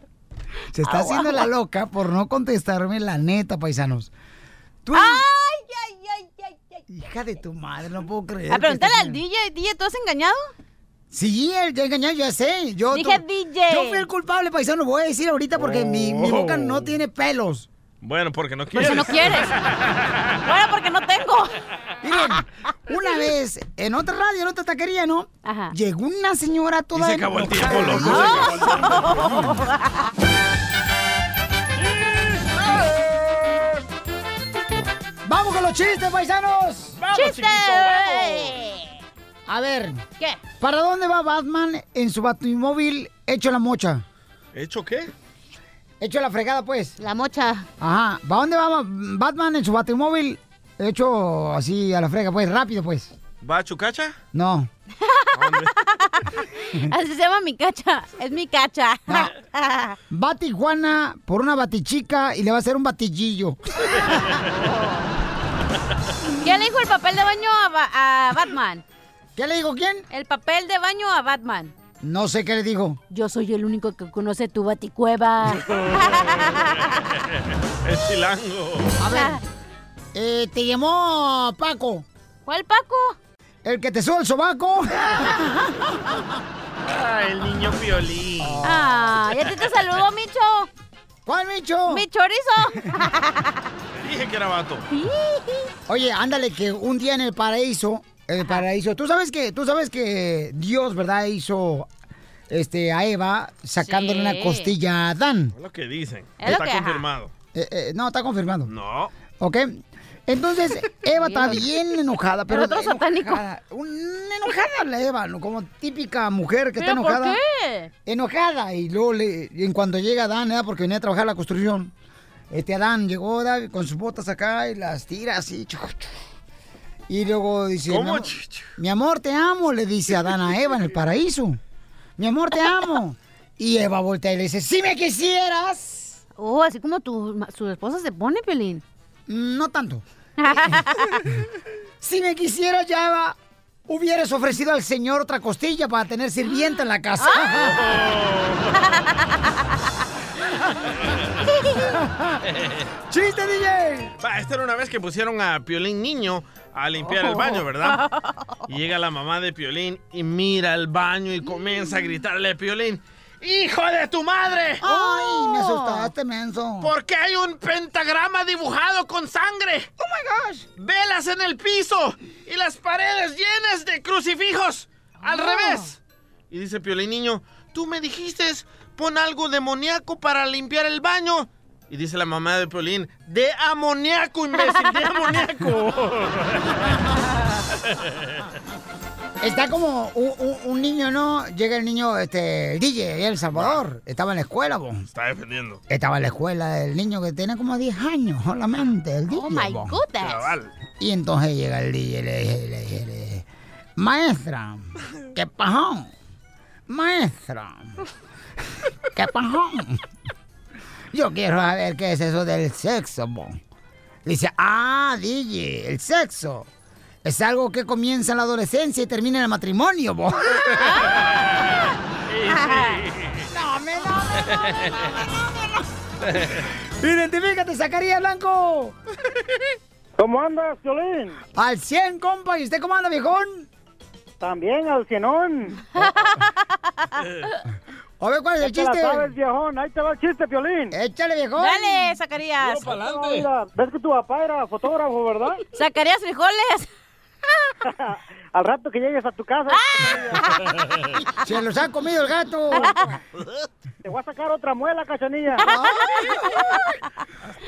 Se está
Agua.
haciendo la loca por no contestarme la neta, paisanos. Tú-
Ay, ay, ay, ay, ay.
Hija de tu madre, no puedo creer.
Ah,
que
pregúntale
estás-
al DJ, DJ, ¿tú has engañado?
Sí, él ya engañó, ya sé. Yo
Dije
tu-
DJ.
Yo fui el culpable, paisano. Voy a decir ahorita porque mi, mi
Oh.
boca no tiene pelos.
Bueno, porque no
Por
quieres.
eso no quieres.
Bueno, porque no tengo.
Miren, una vez, en otra radio, en otra taquería, ¿no? Llegó una señora toda.
se acabó el tiempo,
enojada.
loco, se
¡Vamos con los chistes, paisanos!
¡Vamos, ¡Chistes! chiquito, vamos!
A ver.
¿Qué?
¿Para dónde va Batman en su Batmóvil hecho la mocha?
¿Hecho qué?
Hecho la fregada, pues.
La mocha.
Ajá. ¿Para dónde va Batman en su Batmóvil hecho así a la frega, pues? Rápido, pues.
¿Va a Chucacha?
No.
Así se llama mi cacha. Es mi cacha.
Va a Tijuana por una batichica y le va a hacer un batillillo.
¿Quién le dijo el papel de baño a, Ba- a Batman?
¿Qué le dijo quién?
El papel de baño a Batman.
No sé qué le dijo.
Yo soy el único que conoce tu baticueva.
El chilango.
A ver. eh, te llamó Paco.
¿Cuál Paco?
El que te sube el sobaco.
Ah, el niño violín.
Ah, y a ti te saludo, Micho.
¿Cuál Micho?
Mi chorizo.
Dije que era vato.
Oye, ándale que un día en el paraíso, el paraíso, tú sabes que, tú sabes que Dios, ¿verdad? Hizo este a Eva sacándole
Sí.
una costilla a Adán.
Es lo que dicen.
Es lo
Está
que- ajá.
confirmado.
Eh, eh, no, está confirmado.
No.
¿Ok? Entonces, Eva está bien enojada, pero.
El otro satánico.
enojada. Un- enojada la Eva, ¿no? como típica mujer que está
¿Pero ¿Eh? por
enojada.
qué?
Enojada. Y luego, le- y en cuanto llega Adán, ¿eh? porque venía a trabajar a la construcción, este Adán llegó David, con sus botas acá y las tira así. chu, chu. Y luego dice,
¿Cómo,
Mi, amor, mi amor, te amo, le dice Adán a Eva en el paraíso. Mi amor, te amo. Y Eva voltea y le dice, si me quisieras.
Oh, así como tu, su esposa se pone, Pelín.
No tanto. si me quisieras, ya Eva, hubieras ofrecido al señor otra costilla para tener sirvienta en la casa. ¡Chiste, DJ!
Va, esta era una vez que pusieron a Piolín niño a limpiar el baño, ¿verdad? Y llega la mamá de Piolín y mira el baño y
Mm.
comienza a gritarle a Piolín. ¡Hijo de tu madre!
¡Ay, me asustaste, menso!
¿Por qué hay un pentagrama dibujado con sangre? ¡Oh,
my gosh!
Velas en el piso y las paredes llenas de crucifijos. ¡Al
Ah.
revés! Y dice Piolín niño, tú me dijiste, pon algo demoníaco para limpiar el baño. Y dice la mamá de Piolín, de amoníaco, imbécil, de amoníaco.
Está como un, un- un niño, ¿no? Llega el niño, este, el DJ, allá en El Salvador. Estaba en la escuela, vos.
Está defendiendo.
Estaba en la escuela el niño que tiene como 10 años solamente, el DJ.
Oh my
vos.
goodness.
Chaval.
Y entonces llega el DJ y le dije, le dije, le dije, maestra, ¿qué pasó? Maestra, ¿qué pasó? Yo quiero saber qué es eso del sexo, vos. Dice, ah, DJ, el sexo. Es algo que comienza en la adolescencia y termina en el matrimonio, vos.
No,
me Identifícate, Zacarías Blanco.
¿Cómo andas, Violín?
Al 100, compa. ¿Y usted cómo anda, viejón?
También al cienón.
A ver, ¿cuál es el
Ya te la
chiste?
sabes, viejón. Ahí te va el chiste, Piolín. pues,
Échale, viejón.
Dale, Zacarías.
Mira, ves que tu papá era fotógrafo, ¿verdad?
Zacarías frijoles.
Al rato que llegues a tu casa.
Se los ha comido el gato.
Te voy a sacar otra muela, cachanilla.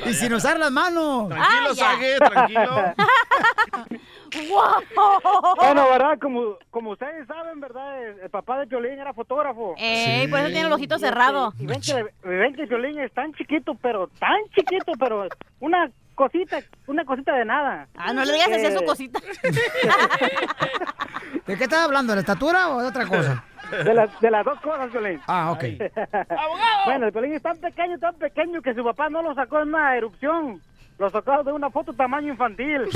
Y sin usar las manos.
Tranquilo, Ah, ya. Zague, Bueno, ¿verdad? Como, como ustedes saben, ¿verdad? El, el papá de Piolín era fotógrafo.
Ey, Eh, Sí. por eso tiene el ojito cerrado.
Y ven que, y ven que Piolín es tan chiquito, pero tan chiquito, pero una cosita, una cosita de nada.
Ah, no le digas así a su
Eh,
cosita.
¿De qué estás hablando? ¿De la estatura o de otra cosa?
De, las- de las dos cosas, Piolín.
Ah, ok.
Bueno, el Piolín es tan pequeño, tan pequeño que su papá no lo sacó en una erupción. Lo sacó de una foto tamaño infantil.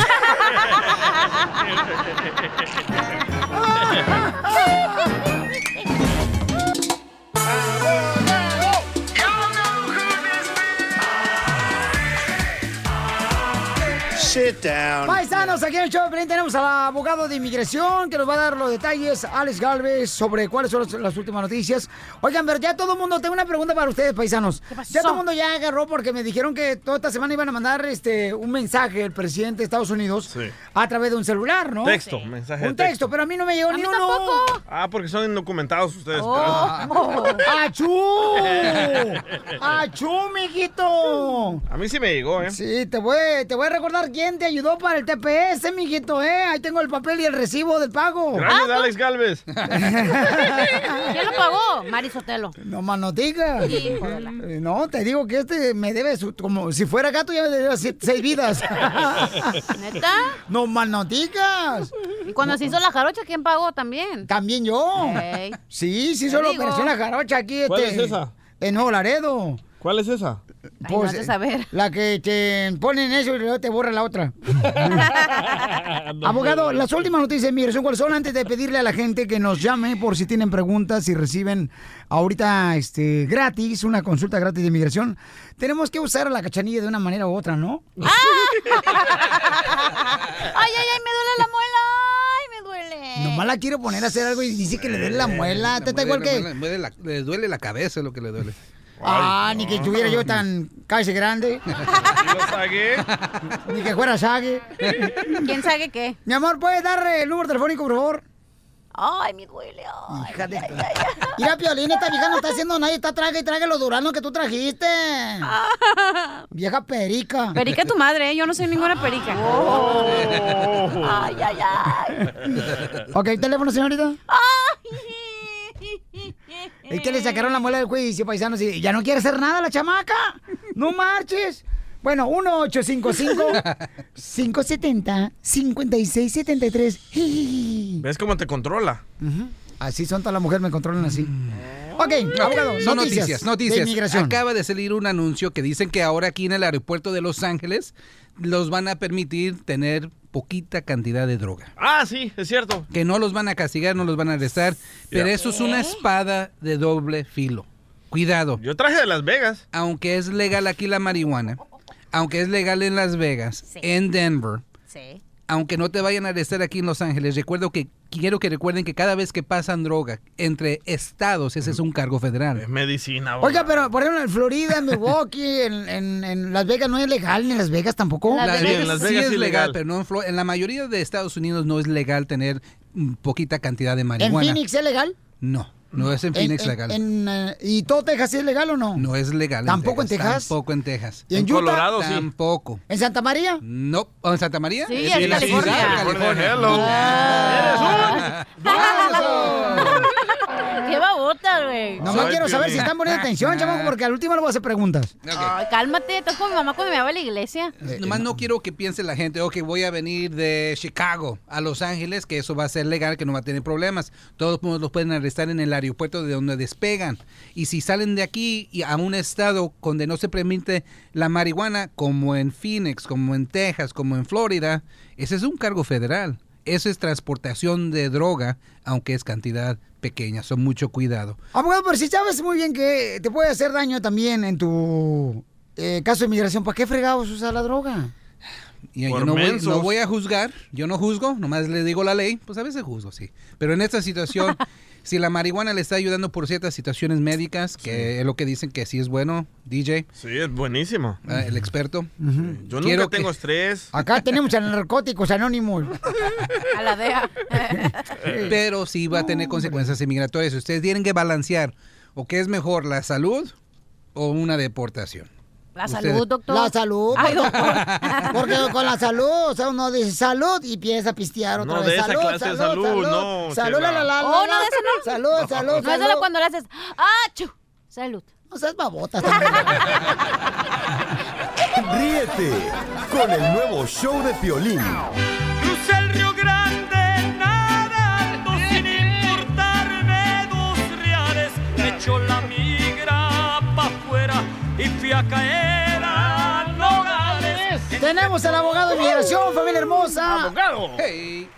Sit down.
Paisanos, aquí en el show de Pelín tenemos al abogado de inmigración que nos va a dar los detalles, Alex Galvez, sobre cuáles son las, las últimas noticias. Oigan, pero ya todo el mundo, tengo una pregunta para ustedes, paisanos. Ya todo el mundo ya agarró porque me dijeron que toda esta semana iban a mandar este un mensaje el presidente de Estados Unidos a través de un celular, ¿no?
Texto, Sí. mensaje de
Un texto,
texto.
pero a mí no me llegó ni uno.
Ah, porque son indocumentados ustedes.
Ah, ¡Achú! ¡Achú, mijito!
A mí sí me llegó, ¿eh?
Sí, te voy, te voy a recordar quién te ayudó para el TPS, mijito, ¿eh? Ahí tengo el papel y el recibo del pago. Ah,
Gracias, Alex Galvez.
¿Quién lo pagó? Mari Sotelo.
No más no digas.
Hijo de la-
Eh, No, te digo que este me debe, su- como si fuera gato, ya me debe seis vidas.
¿Neta?
no más no digas.
Y cuando se hizo la jarocha, ¿quién pagó también?
También yo.
Ey.
Sí, sí,
Te
solo
digo.
operación la jarocha aquí. Este,
¿Cuál es esa?
En Nuevo Laredo. Pues,
¿Cuál es esa?
no has de saber.
La que te ponen eso y luego te borra la otra. Abogado, las últimas noticias de migración, ¿cuáles son? Antes de pedirle a la gente que nos llame por si tienen preguntas y reciben ahorita este, gratis, una consulta gratis de migración, tenemos que usar a la cachanilla de una manera u otra, ¿no?
¡Ay, ay, ay! ¡Me duele la muela! ¡Ay, me duele!
Nomás la quiero poner a hacer algo y dice que le duele la muela. ¿Te está igual
Muele,
que...?
muele, muele Eh, la- le duele la cabeza es lo que le duele.
Ah, ni que estuviera yo tan calle grande. Ni que fuera sague.
¿Quién sabe qué?
Mi amor, ¿puedes dar el número telefónico, por favor?
¡Ay, me duele! ay.
Hija de... Mira, Piolín, esta vieja no está haciendo nada y está traga y traga los duranos que tú trajiste. Vieja perica.
Ah. Perica tu madre, ¿eh? yo no soy ninguna perica.
Oh.
¡Ay, ay, ay!
Ok, ¿el teléfono, señorita?
Eh.
Es que le sacaron la muela del juicio, paisanos, y ya no quiere hacer nada la chamaca. No marches. Bueno, 1-855-570-5673.
¿Ves cómo te controla?
Así son todas las mujeres, me controlan así. Ok, abogado,
Mm. Son
noticias,
noticias,
de
noticias.
inmigración.
Acaba de salir un anuncio que dicen que ahora aquí en el aeropuerto de Los Ángeles los van a permitir tener poquita cantidad de droga.
Ah, sí, es cierto. ¿Eh?
Que no los van a castigar, no los van a arrestar, pero eso es una espada de doble filo. Cuidado.
Yo traje de Las Vegas.
Aunque es legal aquí la marihuana, aunque es legal en Las Vegas, en Denver,
Sí.
aunque no te vayan a arrestar aquí en Los Ángeles, recuerdo que quiero que recuerden que cada vez que pasan droga entre estados, ese es un cargo federal.
Medicina.
Oiga, pero por ejemplo en Florida, en Milwaukee, en, en- en Las Vegas no es legal, ni en Las Vegas tampoco.
Las Vegas sí es legal, pero no en, Flo- en la mayoría de Estados Unidos no es legal tener mm, poquita cantidad de
¿En
marihuana.
Phoenix es legal?
No, no es en Phoenix legal.
en, eh, ¿Y todo Texas sí es legal o no?
no es legal.
¿Tampoco en Texas?
Tampoco en Texas.
¿Y en En Utah? Colorado, sí.
Tampoco.
¿En Santa María?
No, ¿O ¿en Santa María?
Sí,
en
es
la
California.
ciudad de California.
¡Qué babota, güey!
Nomás quiero saber si están poniendo atención, chamaco, porque al último le voy a hacer preguntas.
Ay, cálmate, estás con mi mamá cuando me va a la iglesia.
Eh,
Nomás no quiero que piense la gente, ok, voy a venir de Chicago a Los Ángeles, que eso va a ser legal, que no va a tener problemas. Todos pu- los pueden arrestar en el aeropuerto de donde despegan. Y si salen de aquí y a un estado donde no se permite la marihuana, como en Phoenix, como en Texas, como en Florida, ese es un cargo federal. Eso es transportación de droga, aunque es cantidad pequeña. Son mucho cuidado.
Abogado, pero si sabes muy bien que te puede hacer daño también en tu eh, caso de inmigración, ¿para qué fregados usa la droga?
Y yo
Por
no voy,
mensos.
no voy a juzgar, yo no juzgo, nomás le digo la ley, pues a veces juzgo, sí. Pero en esta situación, si la marihuana le está ayudando por ciertas situaciones médicas, que es lo que dicen que sí es bueno, DJ,
Sí, es buenísimo.
ah, el experto.
Yo nunca
Quiero que-
tengo estrés.
Acá tenemos a narcóticos anónimos.
A la DEA.
Pero sí va a tener consecuencias inmigratorias. Ustedes tienen que balancear o qué es mejor, la salud o una deportación.
La
Ustedes-
salud, doctor.
La salud.
Ay,
porque, porque con la salud, o sea, uno dice salud y empieza a pistear otra
No,
vez.
de esa
salud,
clase de
salud,
salud,
salud,
no,
salud,
Chela.
la, la, la, la,
Oh, no,
la.
de esa no.
Salud, salud,
No es solo
salud.
cuando le haces. ¡Ah, chu! Salud.
No seas babota.
Ríete con el nuevo show de Piolín.
Crucé el Río Grande nadando sin importarme dos reales. Me echó la migra pa' afuera y fui a caer a Nogales.
Tenemos al abogado de inmigración, familia hermosa.
Abogado.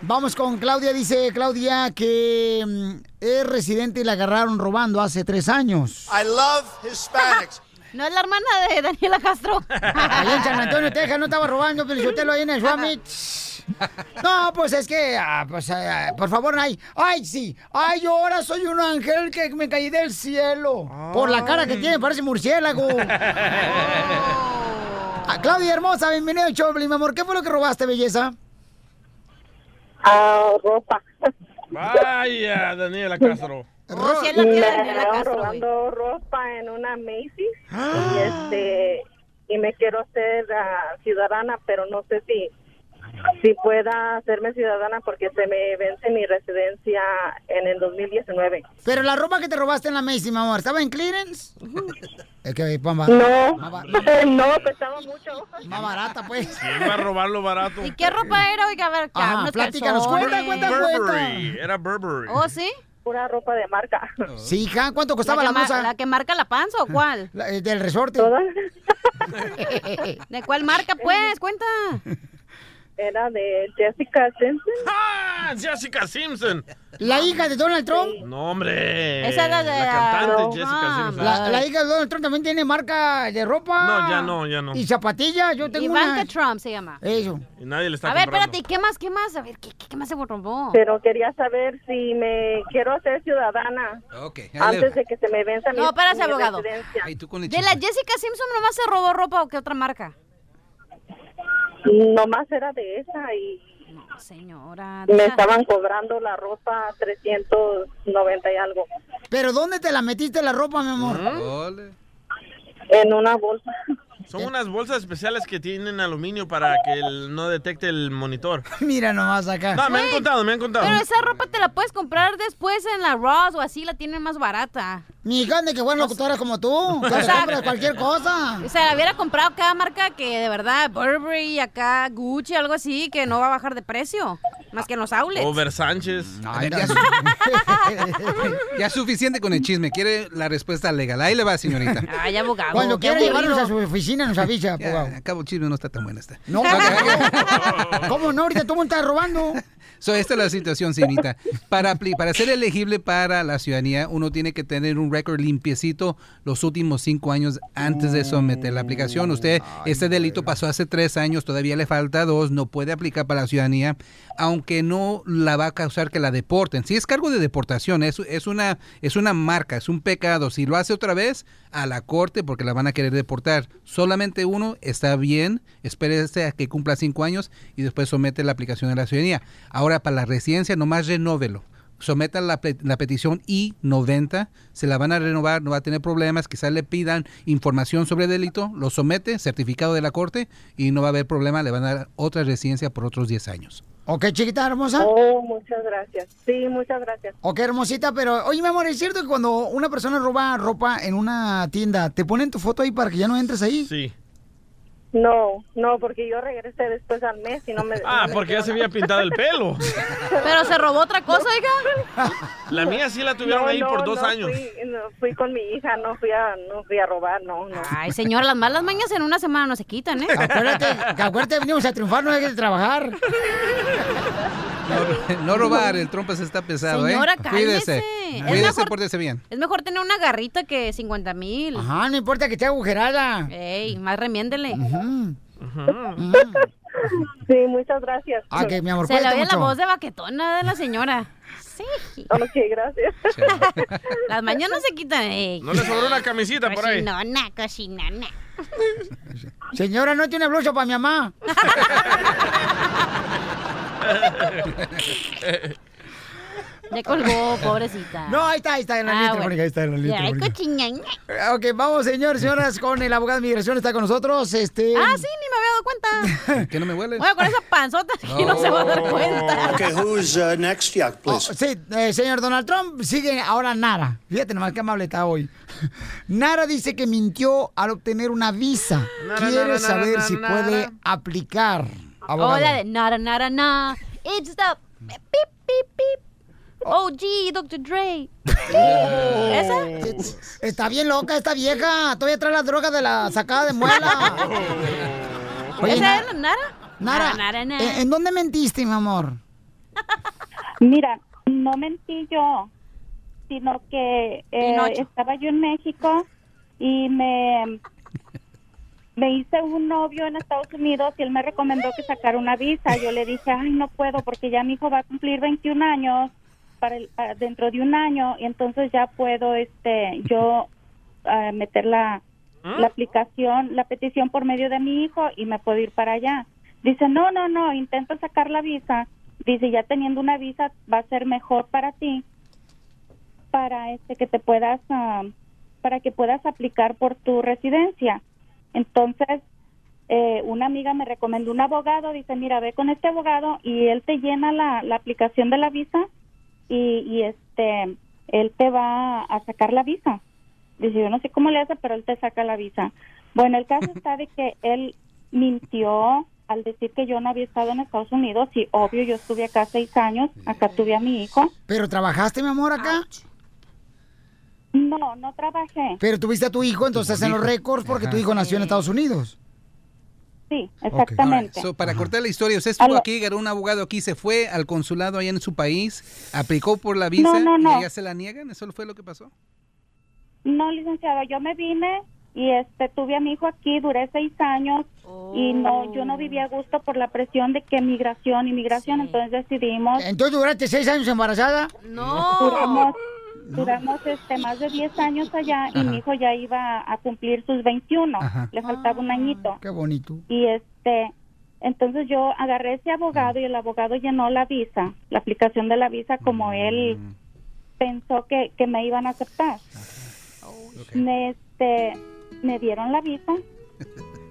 Vamos con Claudia. Dice Claudia que mm, es residente y la agarraron robando hace tres años.
I love Hispanics. ¿No es la hermana de Daniela Castro?
Ahí en San Antonio, Texas, no estaba robando, pero yo te lo ahí en el Summit. No, pues es que, ah, pues, ah, por favor, ay, ay, sí, ay, yo ahora soy un ángel que me caí del cielo. Por la cara que tiene, parece murciélago. Ah, Claudia hermosa, bienvenido, Choblin, mi amor, ¿qué fue lo que robaste, belleza?
Ah, ropa.
Vaya, Daniela Castro.
Me agarraron robando ropa en una Macy's y este y me quiero hacer ah, ciudadana, pero no sé si si pueda hacerme ciudadana porque se me vence mi residencia en el 2019.
Pero la ropa que te robaste en la Macy, mi amor, ¿estaba en clearance? Es que, pamba.
No, no,
pesaba mucho. Más barata, pues.
¿Quién va a robar lo barato?
¿Y qué ropa era? Oiga, a ver, que
Ajá,
unos
platícanos,
calzones.
cuenta,
Burberry. Era Burberry.
¿Oh, sí?
Pura ropa de marca.
Sí, hija, ¿cuánto costaba
que
la
mar-
blusa?
¿La que marca la panza o cuál?
La- eh, del resorte.
¿De cuál marca, pues? Cuenta.
Era de Eh, Jessica Simpson.
Ah, Jessica Simpson.
¿La hija de Donald Trump?
No, hombre.
Esa era de-
La cantante
No.
Jessica Simpson.
La, la hija de Donald Trump también tiene marca de ropa.
No, ya no, ya no.
Y zapatillas, yo tengo
Ivanka
una.
Trump se llama.
Eso.
Y nadie le está
a ver,
comprando.
espérate, ¿y qué más, qué más? A ver, ¿qué, qué, qué más se robó?
Pero quería saber si me quiero hacer ciudadana antes de que se me venza mi
No, espérate,
mi
abogado.
residencia.
¿De la Jessica Simpson nomás se robó ropa o qué otra marca?
Nomás era de esa y
Señora.
me
deja-
estaban cobrando la ropa 390 y algo
¿Pero dónde te la metiste la ropa, mi amor?
en una bolsa.
Son unas bolsas especiales que tienen aluminio para que el- no detecte el monitor.
Mira nomás acá.
No, me han
Güey,
contado, me han contado.
Pero esa ropa te la puedes comprar después en la Ross o así, la tienen más barata.
Mi hija, de que fueran locutoras como tú. Que
O
se
sea-
compras cualquier cosa.
O sea, hubiera comprado cada marca que de verdad, Burberry, acá Gucci, algo así, que no va a bajar de precio. Más que en los outlets.
Over Sánchez.
Mm,
Ya es suficiente con el chisme. Quiere la respuesta legal. Ahí le va, señorita.
Ay, abogado.
Cuando
qué
quiera
aburrido.
llevarnos a su oficina, nos avisa, pues,
Ya,
abogado.
Acabo el chisme, no está tan buena esta.
No, no. ¿Cómo no? Ahorita tú me estás robando.
So, esta es la situación, Sinita. Para, apli- para ser elegible para la ciudadanía, uno tiene que tener un récord limpiecito los últimos cinco años antes de someter la aplicación.
Mm,
Usted, este delito pasó hace tres años, todavía le falta dos, no puede aplicar para la ciudadanía, aunque no la va a causar que la deporten. Si es cargo de deportación, es, es, una, es una marca, es un pecado. Si lo hace otra vez, a la corte porque la van a querer deportar. Solamente uno está bien, espérese a que cumpla cinco años y después somete la aplicación de la ciudadanía. Ahora, para la residencia, nomás renóvelo. Someta la, pe- la petición I-90, se la van a renovar, no va a tener problemas, quizás le pidan información sobre el delito, lo somete, certificado de la corte y no va a haber problema, le van a dar otra residencia por otros 10 años.
Ok, chiquita hermosa.
Oh, muchas gracias. Sí, muchas gracias.
Ok, hermosita, pero oye, mi amor, ¿es cierto que cuando una persona roba ropa en una tienda, te ponen tu foto ahí para que ya no entres ahí?
Sí.
No, no, porque yo regresé después al mes y no me...
Ah, porque ya se había pintado el pelo.
Pero se robó otra cosa, oiga.
La mía sí la tuvieron
No,
ahí
no,
por dos
no
años.
Fui, no, fui con mi hija, no fui a, no fui a robar, no, no.
Ay, señora, las malas mañas en una semana no se quitan, ¿eh?
Acuérdate, que acuérdate, venimos a triunfar, no hay que trabajar.
No, no robar, el trompas está pesado,
Señora,
¿eh? Cuídese.
cálmese. Es
Cuídese,
mejor-
pórtese bien.
Es mejor tener una garrita que 50 mil.
Ajá, no importa que esté agujerada.
Ey, más remiéndele.
Sí, muchas gracias.
Ah, que mi amor,
Se le
cuídate
oye la
mucho.
voz de baquetona de la señora. Sí.
Ok, gracias.
Las mañas no se quitan. Ey.
No le sobró una camisita por ahí.
Cocinona, cocinona.
Señora, no tiene blusa para mi mamá.
Le colgó, pobrecita.
No, ahí está, ahí está en la
Ah,
línea
bueno.
telefónica, ahí está en la línea
Ay,
telefónica.
cochiñaña.
Eh, Ok, vamos, señores, señoras, con el abogado de migración, está con nosotros, este...
Ah, sí, ni me había dado cuenta.
Que no me huele.
Bueno, con esa panzota aquí no se va a dar cuenta.
Okay, who's uh, next? Yeah,
Oh,
please.
sí, eh, señor Donald Trump, sigue ahora Nara. Fíjate nomás qué amable está hoy. Nara dice que mintió al obtener una visa.
Nara,
Quiere
Nara, Nara,
saber
Nara,
si
Nara.
puede aplicar. Abogado.
Hola de nara nara na. It's the pip pip pip. Oh, gee, Dr. Dre. Oh. ¿Esa?
Está bien loca esta vieja. Todavía trae las drogas de la sacada de
Oh.
muela. Oye,
¿Esa
Na-
es la Ah, nara?
Nara,
nara, nara.
¿en- ¿en dónde mentiste, mi amor?
Mira, no mentí yo, sino que eh,
Pinocho.
estaba yo en México y me, me hice un novio en Estados Unidos y él me recomendó que sacara una visa. Yo le dije, ay, no puedo porque ya mi hijo va a cumplir 21 años para el- para dentro de un año y entonces ya puedo este yo ah, meter la,
¿Mm?
la aplicación, la petición por medio de mi hijo y me puedo ir para allá. Dice, no, no, no, intenta sacar la visa. Dice, ya teniendo una visa va a ser mejor para ti, para este que te puedas, ah, para que puedas aplicar por tu residencia. Entonces, eh, una amiga me recomendó un abogado, dice, mira, ve con este abogado y él te llena la, la aplicación de la visa y, y este, él te va a sacar la visa. Dice, yo no sé cómo le hace, pero él te saca la visa. Bueno, el caso está de que él mintió al decir que yo no había estado en Estados Unidos y obvio yo estuve acá seis años, acá tuve a mi hijo.
¿Pero trabajaste, mi amor, acá?
No, no trabajé.
Pero tuviste a tu hijo, entonces en los
hijo.
récords porque
Ajá.
tu hijo nació en Estados Unidos.
Sí,
Alright, so, para cortar la historia, usted estuvo aquí, ganó un abogado aquí, se fue al consulado allá en su país, aplicó por la visa
no, no.
y ya se la niegan. ¿Eso fue lo que pasó?
No, licenciado, yo me vine y este tuve a mi hijo aquí, duré seis años y no, yo no vivía a gusto por la presión de que migración, inmigración, entonces decidimos.
¿Entonces duraste seis años embarazada?
No. Duramos, duramos este, más de 10 años allá y
Ajá.
mi hijo ya iba a cumplir sus 21.
Ajá. Ah,
Le faltaba un añito.
Qué bonito.
Y este, entonces yo agarré ese abogado y el abogado llenó la visa, la aplicación de la visa como él pensó que, que me iban a aceptar. Me, este, me dieron la visa,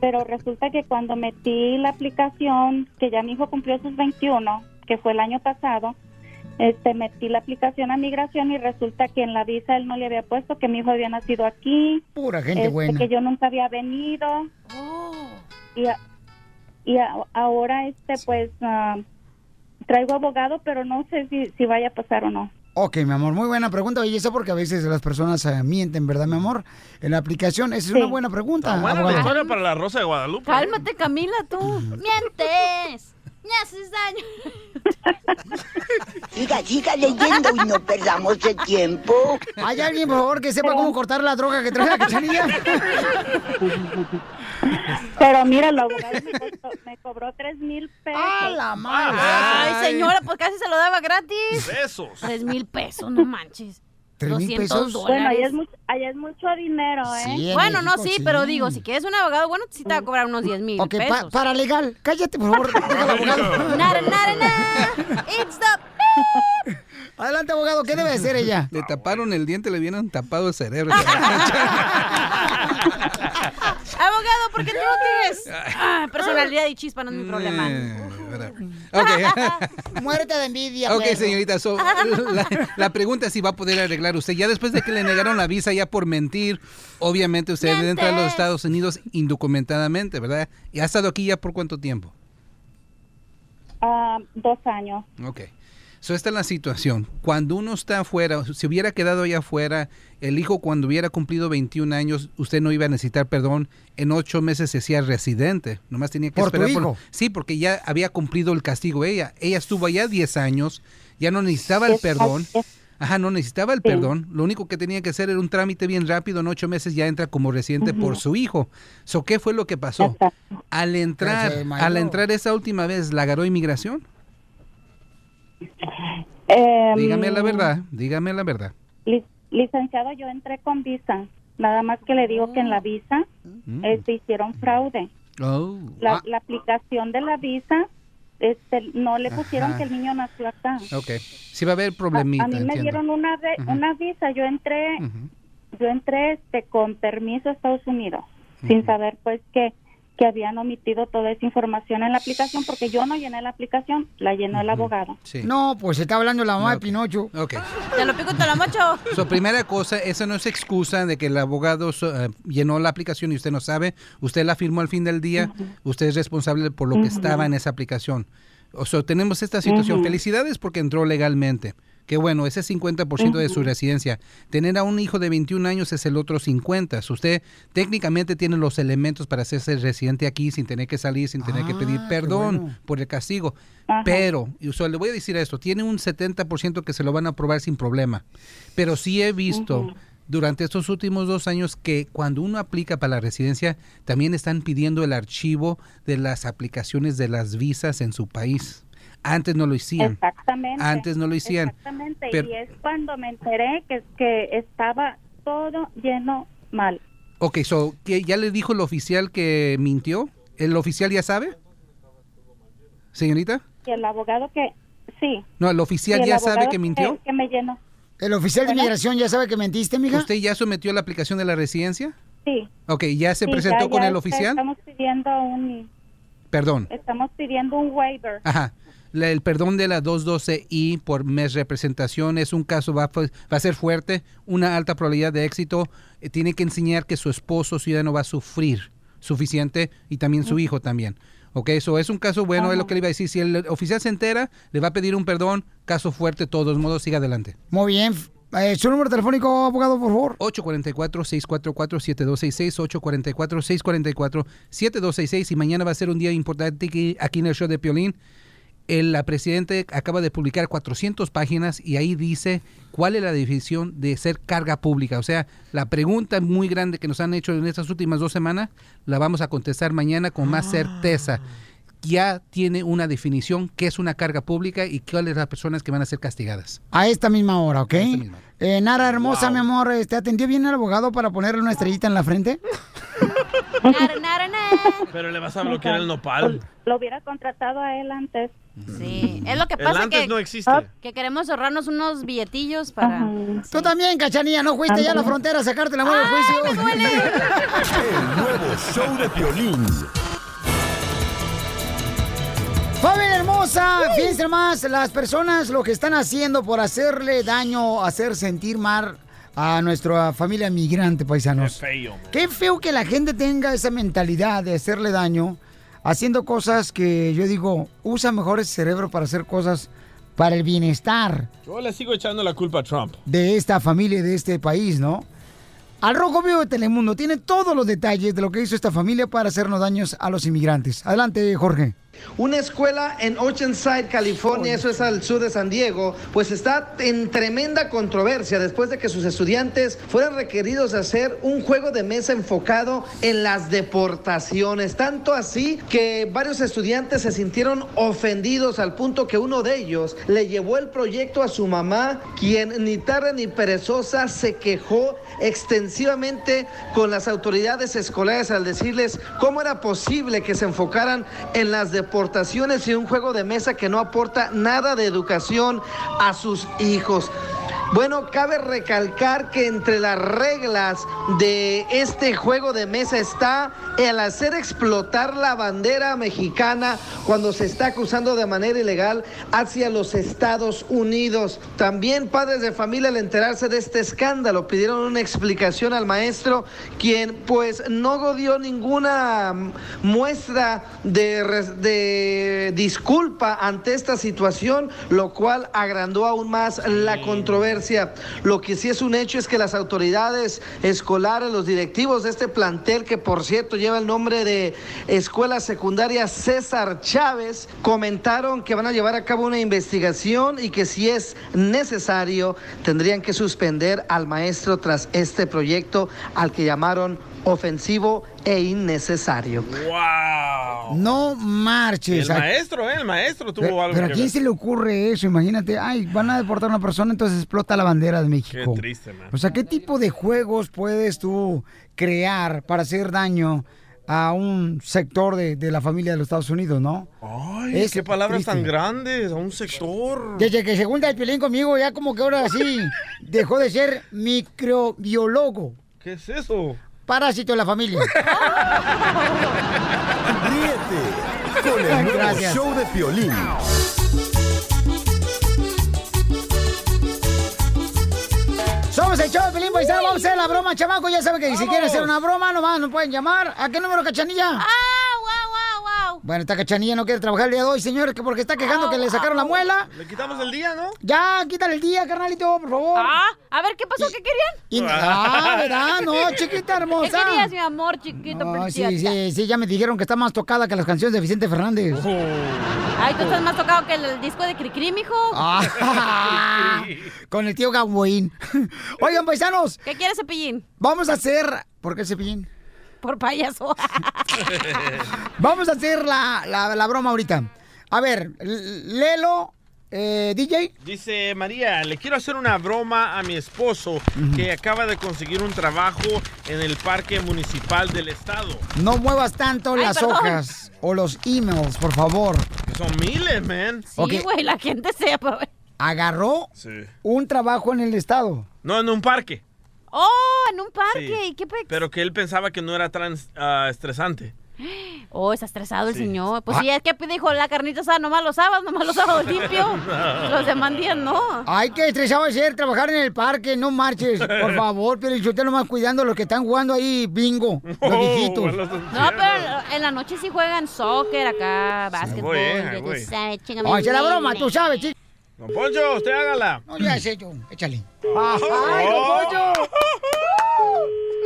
pero resulta que cuando metí la aplicación, que ya mi hijo cumplió sus 21, que fue el año pasado, este, metí la aplicación a migración y resulta que en la visa él no le había puesto que mi hijo había nacido aquí.
Pura gente
este,
buena.
Que yo nunca había venido. Y, a- y a- ahora, este, pues, ah, traigo abogado, pero no sé si, si vaya a pasar o no.
Ok, mi amor, muy buena pregunta. Oye, eso porque a veces las personas eh, mienten, ¿verdad, mi amor? En la aplicación, esa es una buena pregunta.
Buena la
abogado.
historia para la Rosa de Guadalupe.
pues.
Cálmate, Camila, tú. ¡Mientes! ¡Me haces daño!
Siga, siga leyendo y no perdamos el tiempo.
¿Hay alguien, por favor, que sepa cómo cortar la droga que trae la cachanilla?
Pero mira, el abogado me costó- me cobró tres mil pesos. ¡A
la
madre!
Ay, señora, pues casi se lo daba gratis.
Pesos.
Tres mil pesos, no manches.
¿Tres mil
200
pesos?
dólares.
Bueno, ahí es, mucho, ahí es mucho dinero, ¿eh?
Sí, en
bueno, no,
México,
sí, pero
sí.
digo, si quieres un abogado, bueno, sí te va a cobrar unos 10 mil
Ok,
pesos.
pa- para legal. Cállate, por favor. deja al abogado.
Nara, nara, nara. It's the
Adelante, abogado, ¿qué debe hacer ella?
Le taparon el diente, le hubieran tapado el cerebro.
Abogado, porque tú no tienes ah, personalidad y chispa, no es mi
Mm.
problema.
Mm, ok,
Muérete de envidia. pues.
ok,
perro.
señorita, so, la, la pregunta es si va a poder arreglar usted. Ya después de que le negaron la visa ya por mentir, obviamente usted debe entrar a los Estados Unidos indocumentadamente, ¿verdad? ¿Y ha estado aquí ya por cuánto tiempo?
Ah, dos años.
Ok. So, esta es la situación. Cuando uno está afuera, si hubiera quedado allá afuera, el hijo cuando hubiera cumplido 21 años, usted no iba a necesitar perdón. En ocho meses se hacía residente. Nomás tenía que
¿Por tu
esperar.
hijo?
Sí, porque ya había cumplido el castigo ella. Ella estuvo allá 10 años, ya no necesitaba el perdón. Ajá, no necesitaba el perdón. Lo único que tenía que hacer era un trámite bien rápido. En ocho meses ya entra como residente por su hijo. So, ¿Qué fue lo que pasó? Al
Pero
entrar,
se
al
mayor.
entrar esa última vez, ¿la agarró inmigración?
Em,
Dígame la verdad, dígame la verdad.
li- licenciado, yo entré con visa. Nada más que le digo que en la visa
Mm.
este, hicieron fraude.
Oh,
Ah.
ah,
La, la aplicación de la visa este, no le pusieron
Ajá.
que el niño nació acá.
Ok. Sí va a haber
A, a mí
problemita,
me
entiendo.
dieron una, re-
Ujú.
una visa. Yo entré, yo entré este, con permiso a Estados Unidos, sin saber pues que que habían omitido toda esa información en la aplicación porque yo no llené la aplicación, la llenó el abogado.
No, pues está hablando la mamá de Pinocho.
Ah, Ok.
Te lo pico y te lo mocho.
So, primera cosa, esa no es excusa de que el abogado so- eh, llenó la aplicación y usted no sabe. Usted la firmó al fin del día. Usted es responsable por lo que
Ujú.
estaba en esa aplicación. O sea, tenemos esta situación.
Ujú.
Felicidades porque entró legalmente. Qué bueno, ese es 50% de su
Ujú.
residencia. Tener a un hijo de 21 años es el otro 50. So, Usted técnicamente tiene los elementos para hacerse residente aquí sin tener que salir, sin tener que pedir perdón por el castigo. Pero, y, o sea, le voy a decir esto, tiene un 70% que se lo van a aprobar sin problema. Pero sí he visto durante estos últimos dos años que cuando uno aplica para la residencia, también están pidiendo el archivo de las aplicaciones de las visas en su país. Antes no lo hacían.
Exactamente.
Antes no lo hacían.
Exactamente,
Pero-
y es cuando me enteré que, que estaba todo lleno mal.
Ok, so, ¿que ¿ya le dijo el oficial que mintió? ¿El oficial ya sabe? Señorita?
Y el abogado que, sí.
No, el
y
oficial
el
ya sabe
abogado
que mintió.
Que, me llenó,
¿El oficial de
Bueno.
inmigración ya sabe que mentiste, mija?
¿Usted ya sometió la aplicación de la residencia?
sí.
Ok, ¿ya se
Sí,
presentó
ya-
con
ya
el
este,
oficial?
Estamos pidiendo un,
Perdón.
estamos pidiendo un waiver.
Ajá. La- el perdón de la 212I por mes representación es un caso, va, a fu- va a ser fuerte, una alta probabilidad de éxito. Eh, tiene que enseñar que su esposo ciudadano va a sufrir suficiente y también su hijo también. Ok, eso es un caso bueno, es lo que le iba a decir. Si el oficial se entera, le va a pedir un perdón, caso fuerte, de todos modos, siga adelante.
Muy bien. Eh, ¿Su número telefónico, abogado, por favor?
844-644-7266, 844-644-7266 y mañana va a ser un día importante aquí, aquí en el show de Piolín. El, la presidenta acaba de publicar 400 páginas y ahí dice cuál es la definición de ser carga pública. O sea, la pregunta muy grande que nos han hecho en estas últimas dos semanas la vamos a contestar mañana con más certeza. Ya tiene una definición qué es una carga pública y cuáles son las personas que van a ser castigadas.
A esta misma hora, ¿ok? Eh, Nara hermosa, mi amor, eh, ¿te atendió bien el abogado para ponerle una estrellita en la frente?
Pero le vas a bloquear el nopal.
Lo hubiera contratado a él antes.
Sí, es lo que
El
pasa
antes
que,
no existe.
Ah.
que queremos ahorrarnos unos billetillos para...
Tú también, cachanilla, ¿no fuiste ya a la frontera a sacarte la mano del juicio?
El nuevo show de violín.
¡Familia hermosa! hermosa, fíjense más, las personas lo que están haciendo por hacerle daño, hacer sentir mal a nuestra familia migrante, paisanos. Qué feo que la gente tenga esa mentalidad de hacerle daño, haciendo cosas que yo digo, usa mejor ese cerebro para hacer cosas para el bienestar
Yo le sigo echando la culpa a Trump.
de esta familia y de este país, ¿no? Al Rojo Vivo de Telemundo tiene todos los detalles de lo que hizo esta familia para hacernos daños a los inmigrantes. Adelante, Jorge.
Una escuela en Oceanside, California, eso es al sur de San Diego, pues está en tremenda controversia después de que sus estudiantes fueran requeridos a hacer un juego de mesa enfocado en las deportaciones. Tanto así que varios estudiantes se sintieron ofendidos al punto que uno de ellos le llevó el proyecto a su mamá, quien ni tarde ni perezosa se quejó extensivamente con las autoridades escolares al decirles cómo era posible que se enfocaran en las deportaciones y un juego de mesa que no aporta nada de educación a sus hijos. Bueno, cabe recalcar que entre las reglas de este juego de mesa está el hacer explotar la bandera mexicana cuando se está acusando de manera ilegal hacia los Estados Unidos. También padres de familia al enterarse de este escándalo pidieron una explicación al maestro, quien pues no dio ninguna mm, muestra de, res- de disculpa ante esta situación, lo cual agrandó aún más la controversia. Lo que sí es un hecho es que las autoridades escolares, los directivos de este plantel, que por cierto lleva el nombre de Escuela Secundaria César Chávez, comentaron que van a llevar a cabo una investigación y que si es necesario tendrían que suspender al maestro tras este proyecto al que llamaron ofensivo e innecesario.
¡Wow!
No marches.
El
Ay,
maestro, ¿eh? El maestro tuvo
Pero,
algo
pero
que
¿a quién
ver.
se le ocurre eso? Imagínate, ay, van a deportar a una persona, entonces explota la bandera de
Qué
México.
triste, man.
O sea, ¿qué tipo de juegos puedes tú crear para hacer daño a un sector de, de la familia de los Estados Unidos, no?
Ay,
Es
qué palabras tan
triste.
grandes a un sector.
Desde que se junta el pilín conmigo, ya como que ahora sí dejó de ser microbiólogo.
¿Qué es eso?
Parásito de la familia.
Ríete con el nuevo
Gracias.
show de Piolín.
Somos el show de Pelín Paisano, vamos a hacer la broma, chamaco. Ya saben que si quieren hacer una broma, nomás nos pueden llamar. ¿A qué número, Cachanilla? ¡Ah, wow, wow, wow! Bueno, esta Cachanilla no quiere trabajar el día de hoy, señores, que porque está quejando que le sacaron la muela.
Le quitamos el día, ¿no?
Ya, quítale el día, carnalito, por favor.
Ah, a ver, ¿qué pasó? ¿Qué querían?
Y- ah, ¿verdad? No, chiquita hermosa.
¿Qué querías, mi amor, chiquito,
No,
preciosa?
sí, sí, sí, ya me dijeron que está más tocada que las canciones de Vicente Fernández.
Oh.
Ay, tú estás más tocado que el, el disco de Cricri, mijo.
Ah, con el tío Gamboín. Oigan, paisanos,
¿Qué quieres, cepillín?
vamos a hacer... ¿Por qué cepillín?
Por payaso.
Ah. Vamos a hacer la, la- la broma ahorita. A ver, l- Lelo, eh, DJ.
Dice María, le quiero hacer una broma a mi esposo que acaba de conseguir un trabajo en el parque municipal del estado.
No muevas tanto las
perdón.
hojas o los emails, por favor.
Son miles, man.
Sí, Ok.
Güey, la gente se...
Agarró
Sí.
un trabajo en el estado.
No, en un parque.
Oh, en un parque.
Sí.
¿Y qué pe...
Pero que él pensaba que no era tan ah, estresante.
Oh, está estresado el
Sí.
señor. Pues
Ah.
sí, es que dijo la carnita asada nomás los sábados, nomás los sábados limpio. Los demás días no.
Ay, qué estresado es ser trabajar en el parque, no marches, por favor, pero yo te nomás cuidando a los que están jugando ahí bingo,
Oh,
los viejitos.
No, pero en la noche sí juegan soccer acá, básquetbol.
voy, eh, ahí
ya tú
voy.
sabes, chingame
Ay, se la
el
broma,
nene.
tú sabes, chico.
Don Poncho, usted hágala.
No, ya sé yo, échale. ¡Ay, don Poncho!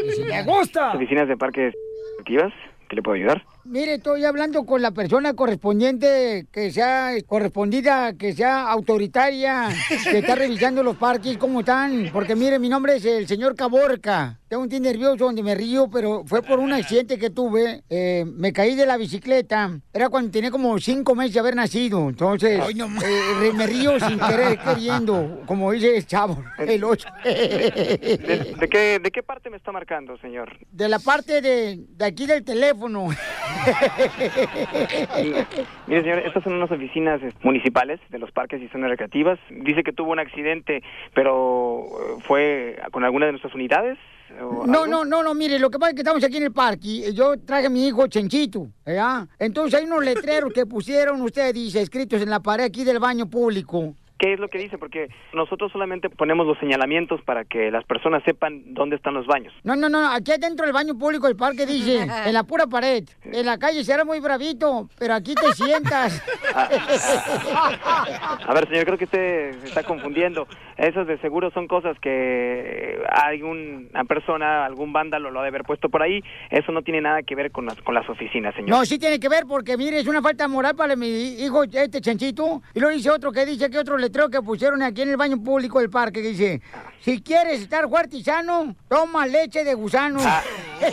Y si me gusta.
Oficinas de parques activas, ¿qué le puedo ayudar?
Mire, estoy hablando con la persona correspondiente que sea correspondida, que sea autoritaria, que está revisando los parques, cómo están. Porque mire, mi nombre es el señor Caborca. Tengo un tío nervioso donde me río, pero fue por un accidente que tuve. Eh, me caí de la bicicleta. Era cuando tenía como cinco meses de haber nacido. Entonces,
Ay, no más.
eh, re- me río sin querer, queriendo, como dice el chavo, el ocho.
¿De, de qué, ¿De qué parte me está marcando, señor?
De la parte de, de aquí del teléfono.
Mire, señor, estas son unas oficinas eh, municipales de los parques y zonas recreativas. Dice que tuvo un accidente, pero eh, fue con alguna de nuestras unidades. o
No,
algo?
no, no, no, mire, lo que pasa es que estamos aquí en el parque. y Yo traje a mi hijo Chenchito, ¿verdad? Entonces hay unos letreros que pusieron ustedes, dice, escritos en la pared aquí del baño público.
¿Qué es lo que dice? Porque nosotros solamente ponemos los señalamientos para que las personas sepan dónde están los baños.
No, no, no, aquí dentro del baño público del parque dice, en la pura pared, en la calle será muy bravito, pero aquí te sientas.
A ver, señor, creo que usted se está confundiendo. Esas de seguro son cosas que alguna persona, algún vándalo lo ha de haber puesto por ahí. Eso no tiene nada que ver con las, con las oficinas, señor.
No, sí tiene que ver porque, mire, es una falta de moral para mi hijo, este chanchito. Y luego dice otro que dice que otro letrero que pusieron aquí en el baño público del parque que dice, si quieres estar fuerte y sano, toma leche de gusano.
Ah.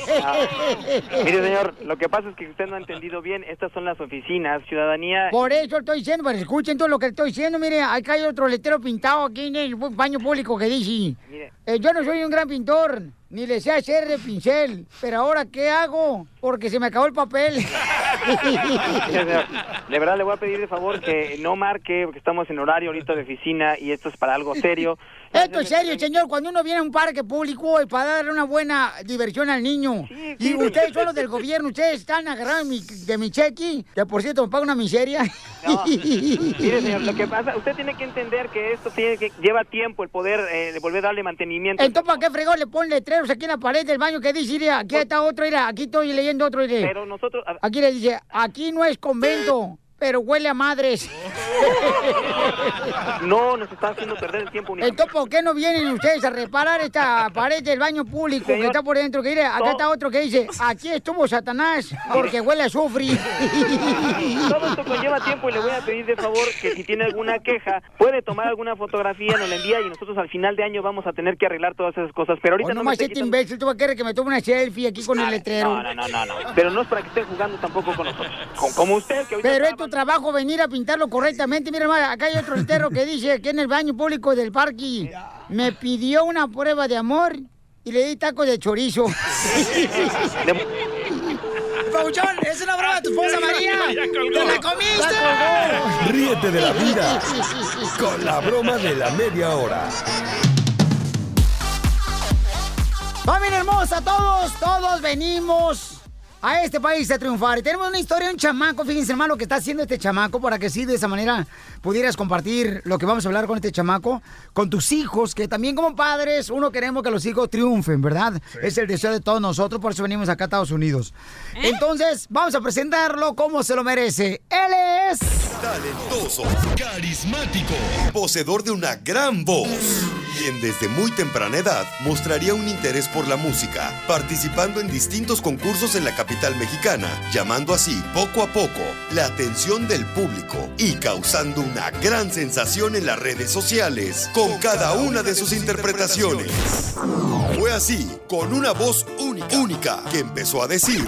Mire, señor, lo que pasa es que usted no ha entendido bien. Estas son las oficinas, ciudadanía.
Por eso estoy diciendo, pero escuchen todo lo que estoy diciendo. Mire, acá hay otro letrero pintado aquí en el baño público que dice:
Mire.
eh, Yo no soy un gran pintor, ni le sé hacer de pincel, pero ahora ¿qué hago? Porque se me acabó el papel.
Mire, señor, De verdad le voy a pedir de favor que no marque, porque estamos en horario ahorita de oficina y esto es para algo serio.
Esto es serio, señor. Cuando uno viene a un parque público es para darle una buena diversión al niño. Y ustedes son los del gobierno, ustedes están agarrados de mi, de mi cheque, que por cierto me paga una miseria.
No, mire, señor, lo que pasa, usted tiene que entender que esto tiene que lleva tiempo el poder eh, volver a darle mantenimiento.
Entonces, ¿para qué fregón le ponen letreros aquí en la pared del baño que dice, mira, aquí está otro, mira, aquí estoy leyendo otro, mire.
Pero nosotros- a-
Aquí le dice, aquí no es convento, pero huele a madres.
Oh. No, nos está haciendo perder el tiempo. Ni...
Entonces, ¿por qué no vienen ustedes a reparar esta pared del baño público que
Señor,
está por dentro? Que mire, acá
todo-
está otro que dice, aquí estuvo Satanás, porque huele a sufri.
Todo esto conlleva tiempo y le voy a pedir de favor que si tiene alguna queja, puede tomar alguna fotografía, nos la envía y nosotros al final de año vamos a tener que arreglar todas esas cosas. Pero ahorita
Hoy
no, me
nomás
esté
este
quitando-
imbécil, tú vas a querer que me tome una selfie aquí con el letrero.
No, no, no, no, no. Pero no es para que estén jugando tampoco con nosotros. Con- como usted, que ahorita...
Pero es tu trabajo venir a pintarlo correctamente. Mira, hermano, acá hay otro entero que dice que en el baño público del parque me pidió una prueba de amor y le di taco de chorizo. Pauchón, es una broma de tu esposa María. ¡Te la comiste!
Ríete de la vida con la broma de la media hora.
Familia hermosa, todos, todos venimos a este país a triunfar. Y tenemos una historia de un chamaco. Fíjense, hermano, lo que está haciendo este chamaco para que sí, de esa manera pudieras compartir lo que vamos a hablar con este chamaco, con tus hijos, que también como padres, uno queremos que los hijos triunfen, ¿verdad? Es el deseo de todos nosotros, por eso venimos acá a Estados Unidos. ¿Eh? Entonces, vamos a presentarlo como se lo merece. Él es...
Talentoso, carismático, poseedor de una gran voz. Quien desde muy temprana edad mostraría un interés por la música, participando en distintos concursos en la capital mexicana, llamando así poco a poco la atención del público y causando una gran sensación en las redes sociales con cada una de sus interpretaciones. Fue así, con una voz única, única que empezó a decir.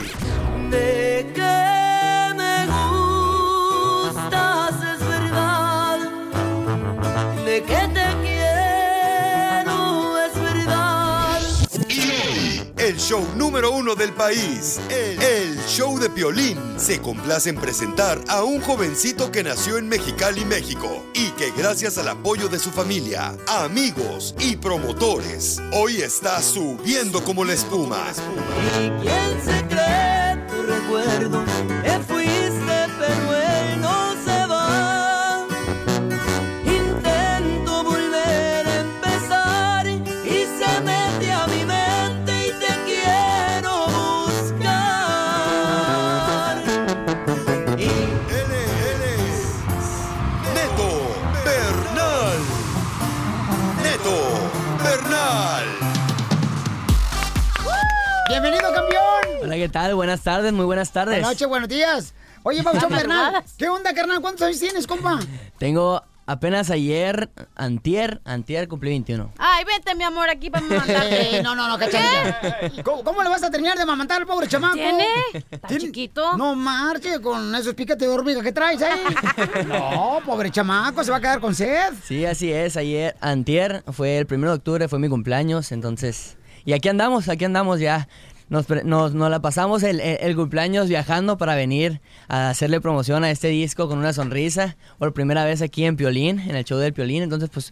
De que me gustas es verdad, de que te quiero es verdad.
Y hoy, el show número uno del país, el, el show de Piolín, se complace en presentar a un jovencito que nació en Mexicali, México, y que gracias al apoyo de su familia, amigos y promotores, hoy está subiendo como la espuma.
¿Quién se cree tu recuerdo? Te fuiste, pero él no se va. Intento volver a empezar y se mete a mi mente y te quiero buscar. Y
Neto Bernal. Neto Bernal.
¡Bienvenido, campeón!
Hola, ¿qué tal? Buenas tardes, muy buenas tardes.
Buenas noches, buenos días. Oye, Pauchón
Buenas
Bernal,
madrugadas.
¿qué onda, carnal? ¿Cuántos años tienes, compa?
Tengo apenas ayer, antier, antier cumplí 21.
Ay, vete, mi amor, aquí para mandarte.
Eh, no, no, no, cachanilla. ¿Cómo, cómo le vas a terminar de mamantar al pobre chamaco?
¿Tiene?
¿Está chiquito? No marche con esos piquetes de hormiga que traes ¿eh? ahí. No, pobre chamaco, se va a quedar con sed.
Sí, así es, ayer, antier, fue el 1 de octubre, fue mi cumpleaños, entonces... Y aquí andamos, aquí andamos ya. Nos, pre- nos, nos la pasamos el, el- el cumpleaños viajando para venir a hacerle promoción a este disco con una sonrisa. Por primera vez aquí en Piolín, en el show del Piolín, entonces pues...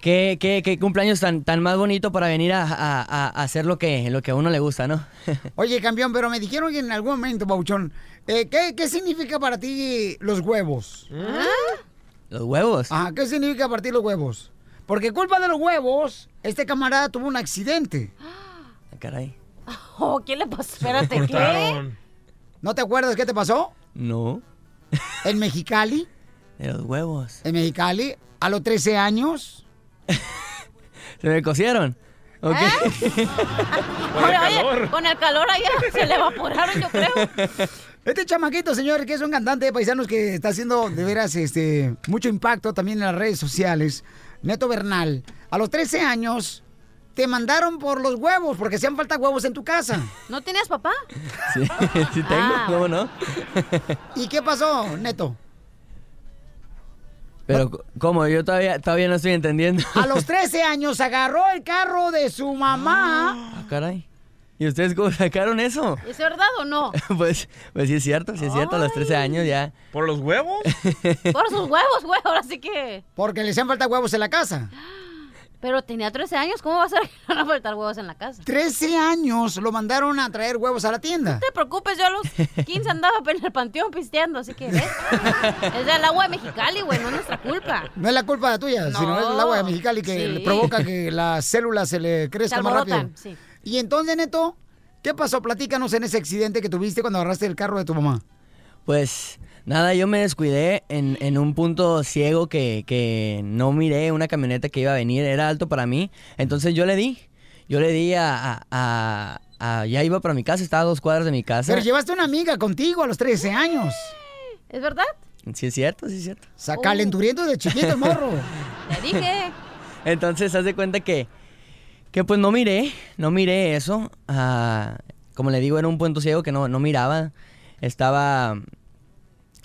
Qué, qué, qué cumpleaños tan, tan más bonito para venir a, a- a- a hacer lo que, lo que a uno le gusta, ¿no?
Oye, campeón, pero me dijeron que en algún momento, Bauchón, eh, ¿qué, qué significa para ti los huevos?
¿Ah?
Los huevos.
Ajá, ¿qué significa para ti los huevos? Porque culpa de los huevos, este camarada tuvo un accidente.
Ah, Caray.
Oh, ¿qué le pasó? Espérate, ¿qué?
cortaron.
¿No te acuerdas qué te pasó?
No.
En Mexicali,
De los huevos.
en Mexicali, a los 13 años.
¿Se me cocieron? Ok.
¿Eh?
Oye, oye, con el calor allá se le evaporaron, yo creo.
Este chamaquito, señor, que es un cantante de paisanos que está haciendo de veras este mucho impacto también en las redes sociales. Neto Bernal, a los 13 años te mandaron por los huevos porque hacían falta huevos en tu casa.
¿No tenías papá?
Sí, sí tengo,
Ah.
¿cómo no?
¿Y qué pasó, Neto?
Pero, ¿cómo? Yo todavía, todavía no estoy entendiendo.
A los 13 años agarró el carro de su mamá.
Ah, caray. ¿Y ustedes cómo sacaron eso?
¿Es verdad o no?
Pues, pues sí es cierto, sí es cierto, a los 13 años ya.
¿Por los huevos?
Por sus huevos, güey, ahora sí que...
Porque le hacían falta huevos en la casa.
Pero tenía 13 años, ¿cómo va a ser que no van a faltar huevos en la casa?
13 años lo mandaron a traer huevos a la tienda.
No te preocupes, yo a los 15 andaba en el panteón pisteando, así que ¿ves? es del agua de Mexicali, güey, no es nuestra culpa.
No es la culpa tuya, sino es el agua de Mexicali que
sí.
le provoca que las células se le
Se
crezcan más rápido.
alborotan, sí.
Y entonces, Neto, ¿qué pasó? Platícanos en ese accidente que tuviste cuando agarraste el carro de tu mamá.
Pues nada, yo me descuidé en, en un punto ciego que, que no miré una camioneta que iba a venir, era alto para mí. Entonces yo le di, yo le di a... a- a- a- ya iba para mi casa, estaba a dos cuadras de mi casa.
Pero llevaste una amiga contigo a los 13 años.
¿Es verdad?
Sí es cierto, sí es cierto.
Saca calenturiento de chiquito el morro.
Te dije.
Entonces, haz de cuenta que, que pues no miré, no miré eso. Ah, como le digo, era un punto ciego que no, no miraba. Estaba,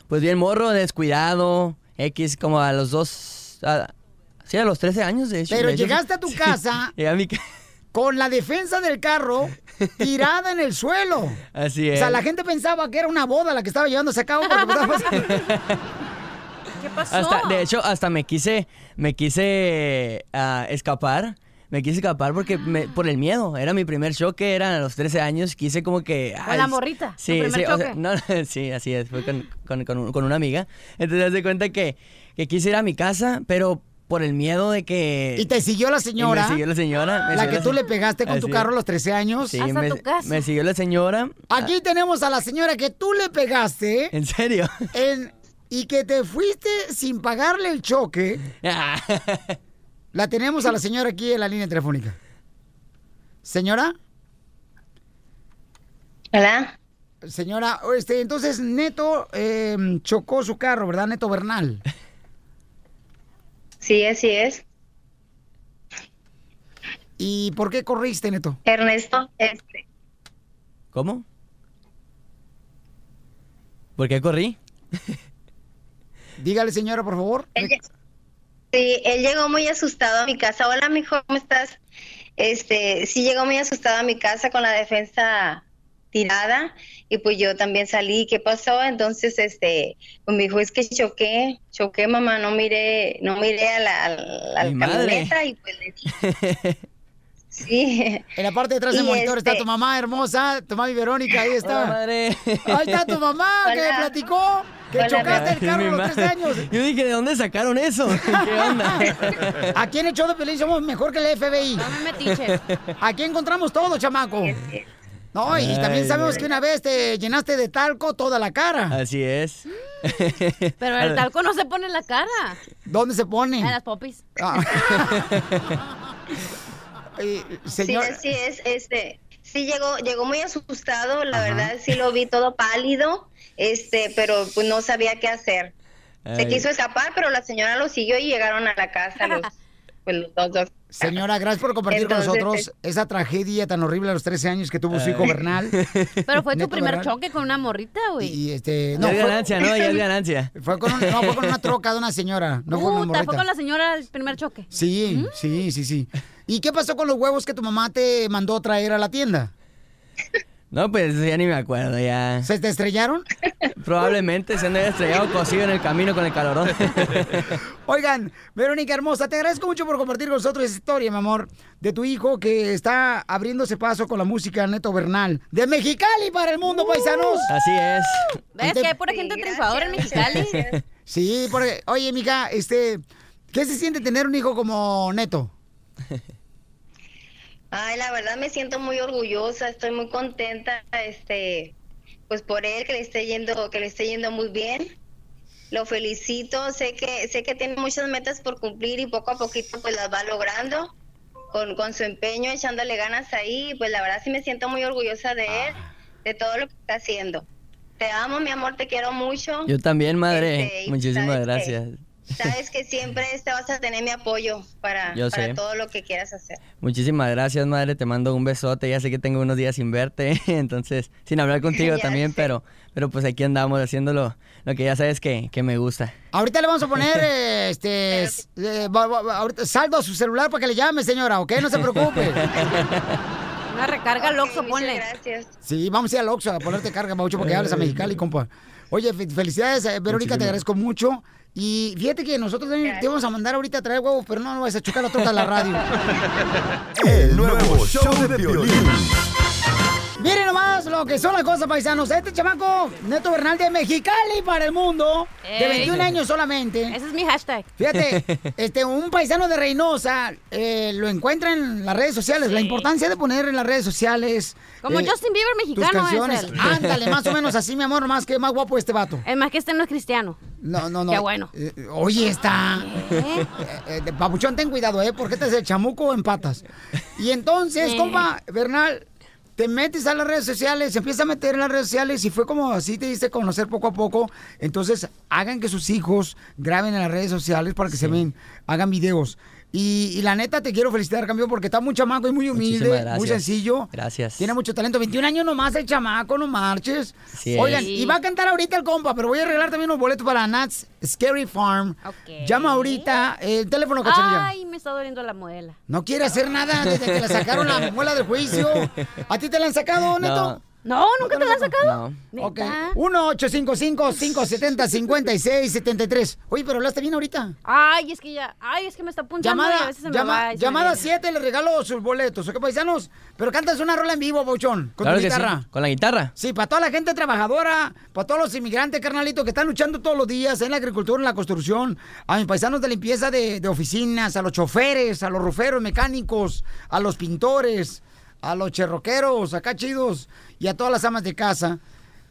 pues bien morro, descuidado, X, como a los dos, a- sí, a los 13 años, de hecho.
Pero
de hecho,
llegaste a tu
sí,
casa
llegué a mi ca-
con la defensa del carro tirada en el suelo.
Así
O
es.
sea, la gente pensaba que era una boda la que estaba llevándose a cabo. porque pues, estaba pasando.
¿Qué pasó?
Hasta, de hecho, hasta me quise, me quise ah, escapar. Me quise escapar porque
Ah.
me- por el miedo. Era mi primer choque, eran a los 13 años. Quise como que...
Con la morrita, tu
Sí,
primer
sí, o sea,
choque.
no, no, sí, así es. Fue con, con- con un- con una amiga. Entonces, haz de cuenta que, que quise ir a mi casa, pero por el miedo de que...
Y te siguió la
Y
señora.
me siguió la señora. me
La
siguió
que tú le pegaste con tu
Así es.
carro a los 13 años.
Sí, me, me siguió la señora.
Aquí tenemos a la señora que tú le pegaste
¿En serio?
en- y que te fuiste sin pagarle el choque. La tenemos a la señora aquí en la línea telefónica. Señora.
Hola.
Señora, este, entonces Neto eh, chocó su carro, ¿verdad? Neto Bernal.
Sí, así es.
¿Y por qué corriste, Neto?
Ernesto, este,
¿Cómo? ¿Por qué corrí?
Dígale, señora, por favor.
sí, él llegó muy asustado a mi casa. Hola, mijo, ¿cómo estás? Este, sí llegó muy asustado a mi casa con la defensa tirada y pues yo también salí. ¿Qué pasó? Entonces, este, pues me dijo, es que choqué, choqué, mamá, no miré, no miré a la, a la- a la Mi madre. camioneta y pues le Sí.
En la parte de atrás del
Y
monitor está
este-
tu mamá hermosa, tu mami Verónica, ahí está.
Hola,
madre.
Ahí está tu mamá que
Hola.
platicó que
Hola,
chocaste el
Es mi
carro a los
madre.
13 años.
Yo dije, ¿de dónde sacaron eso? ¿Qué onda?
Aquí en el show de Pelín somos mejor que el FBI. No
me metiches.
Aquí encontramos todo, chamaco. No, y también
Ay,
sabemos
ay.
que una vez te llenaste de talco toda la cara.
Así es.
Pero el talco no se pone en la cara.
¿Dónde se
En
pone? Ah.
las popis.
Eh, señor,
Sí, así es, este, sí llegó, llegó muy asustado, la verdad sí lo vi todo pálido, este, pero pues no sabía qué hacer. Se
Ay.
quiso escapar, pero la señora lo siguió y llegaron a la casa los, pues, los dos, dos.
señora, gracias por compartir con
Entonces,
nosotros esa tragedia tan horrible a los 13 años que tuvo su hijo
eh, Ay.
Bernal.
Pero fue tu
Neto
primer
Bernal.
choque con una morrita, güey.
Y este,
Ya es
fue-
ganancia, ¿no? Ya es ganancia.
Fue con, un- no, fue con una troca de una señora, no fue con una
Puta,
morrita.
fue con la señora el primer choque.
Sí,
Mm.
sí, sí, sí. ¿Y qué pasó con los huevos que tu mamá te mandó a traer a la tienda?
No, pues ya ni me acuerdo, ya.
¿Se te estrellaron?
Probablemente se han de haber estrellado cocido en el camino con el calorón.
Oigan, Verónica hermosa, te agradezco mucho por compartir con nosotros esa historia, mi amor, de tu hijo que está abriéndose paso con la música Neto Bernal. De Mexicali para el
Uh.
mundo, paisanos.
Así es.
¿Ves que hay pura gente triunfadora en Mexicali?
Sí, porque, oye, mija, este, ¿qué se siente tener un hijo como Neto?
Ay, la verdad me siento muy orgullosa, estoy muy contenta, este, pues por él que le esté yendo, que le esté yendo muy bien. Lo felicito, sé que, sé que tiene muchas metas por cumplir y poco a poquito pues las va logrando, con, con su empeño, echándole ganas ahí, pues la verdad sí me siento muy orgullosa de él,
Ah.
de todo lo que está haciendo. Te amo, mi amor, te quiero mucho.
Yo también, madre.
Este, y
Muchísimas
sabes que-
gracias.
Sabes que siempre este, vas a tener mi apoyo para,
Yo
para
sé.
todo lo que quieras hacer.
Muchísimas gracias, madre. Te mando un besote. Ya sé que tengo unos días sin verte, entonces, sin hablar contigo
Ya
también, pero pero pues aquí andamos haciéndolo lo que ya sabes que, que me gusta.
Ahorita le vamos a poner eh, este s- eh, va- va- va- ahorita saldo a su celular para que le llame, señora, ¿ok? No se preocupe.
Una recarga al Oxxo, ponle.
Gracias.
Sí, vamos a ir al Oxxo a ponerte carga, Maucho, porque hables a Mexicali, compa. Oye, fe- felicidades, eh, Verónica,
Muchísimas.
te agradezco mucho. Y fíjate que nosotros también te vamos a mandar ahorita a traer huevos, pero no, no vas a chocar la torta de la radio.
El nuevo show de violín.
Miren nomás lo que son las cosas, paisanos. Este chamaco, Neto Bernal de Mexicali para el mundo, de
Ey.
21 años solamente.
Ese es mi hashtag.
Fíjate, este, un paisano de Reynosa eh, lo encuentra en las redes sociales. La importancia de poner en las redes sociales.
Como
eh,
Justin Bieber mexicano
tus canciones.
es él.
Ándale, más o menos así, mi amor, más que más guapo este vato.
Es más que este no es cristiano.
No, no, no.
Qué bueno.
Eh, eh, oye, está.
¿Eh?
Eh, eh, papuchón, ten cuidado, ¿eh? Porque este es el chamuco en patas. Y entonces,
Eh.
compa, Bernal, te metes a las redes sociales, se empieza a meter en las redes sociales y fue como así te diste a conocer poco a poco. Entonces, hagan que sus hijos graben en las redes sociales para que se ven, hagan videos. Y, y la neta, te quiero felicitar, cambio, porque está muy chamaco y muy
Muchísimas
humilde,
gracias.
muy sencillo.
Gracias.
Tiene mucho talento, 21 años nomás el chamaco, no marches.
Así es.
Oigan,
Sí.
y va a cantar ahorita el compa, pero voy a regalar también unos boletos para Nats Scary Farm. Llama ahorita el teléfono, cachanilla.
Ay, me está doliendo la muela.
No quiere hacer nada desde que la sacaron la muela del juicio. ¿A ti te la han sacado, Neto?
No, nunca te la han sacado.
Ok. 1-855-570-5673. Oye, pero hablaste bien ahorita.
Ay, es que ya. Ay, es que me está punchando y a
Llamada,
veces se
llama-
me va. y se me
llamada
viene.
7, le regalo sus boletos. ¿Ok, paisanos? Pero cantas una rola en vivo, Bouchón, con
Claro
tu
que sí,
guitarra.
Con la guitarra.
Sí, para toda la gente trabajadora, para todos los inmigrantes, carnalitos, que están luchando todos los días en la agricultura, en la construcción, a mis paisanos de limpieza de, de oficinas, a los choferes, a los ruferos mecánicos, a los pintores, a los cherroqueros, acá chidos, y a todas las amas de casa.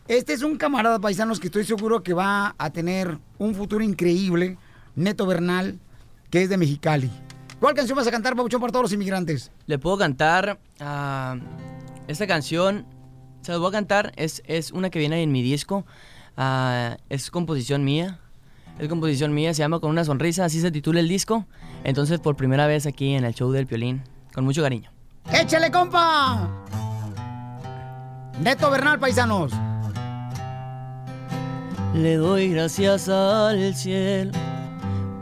Este es un camarada, paisanos, que estoy seguro que va a tener un futuro increíble, Neto Bernal, que es de Mexicali. ¿Cuál canción vas a cantar, Pabuchón, para todos los inmigrantes?
Le puedo cantar ah, esta canción. Se la voy a cantar. Es, es una que viene en mi disco. ah, es composición mía. Es composición mía. Se llama Con una sonrisa. Así se titula el disco. Entonces, por primera vez aquí en el show del violín. Con mucho cariño.
¡Échale, compa! Neto Bernal, paisanos.
Uh. Le doy gracias al cielo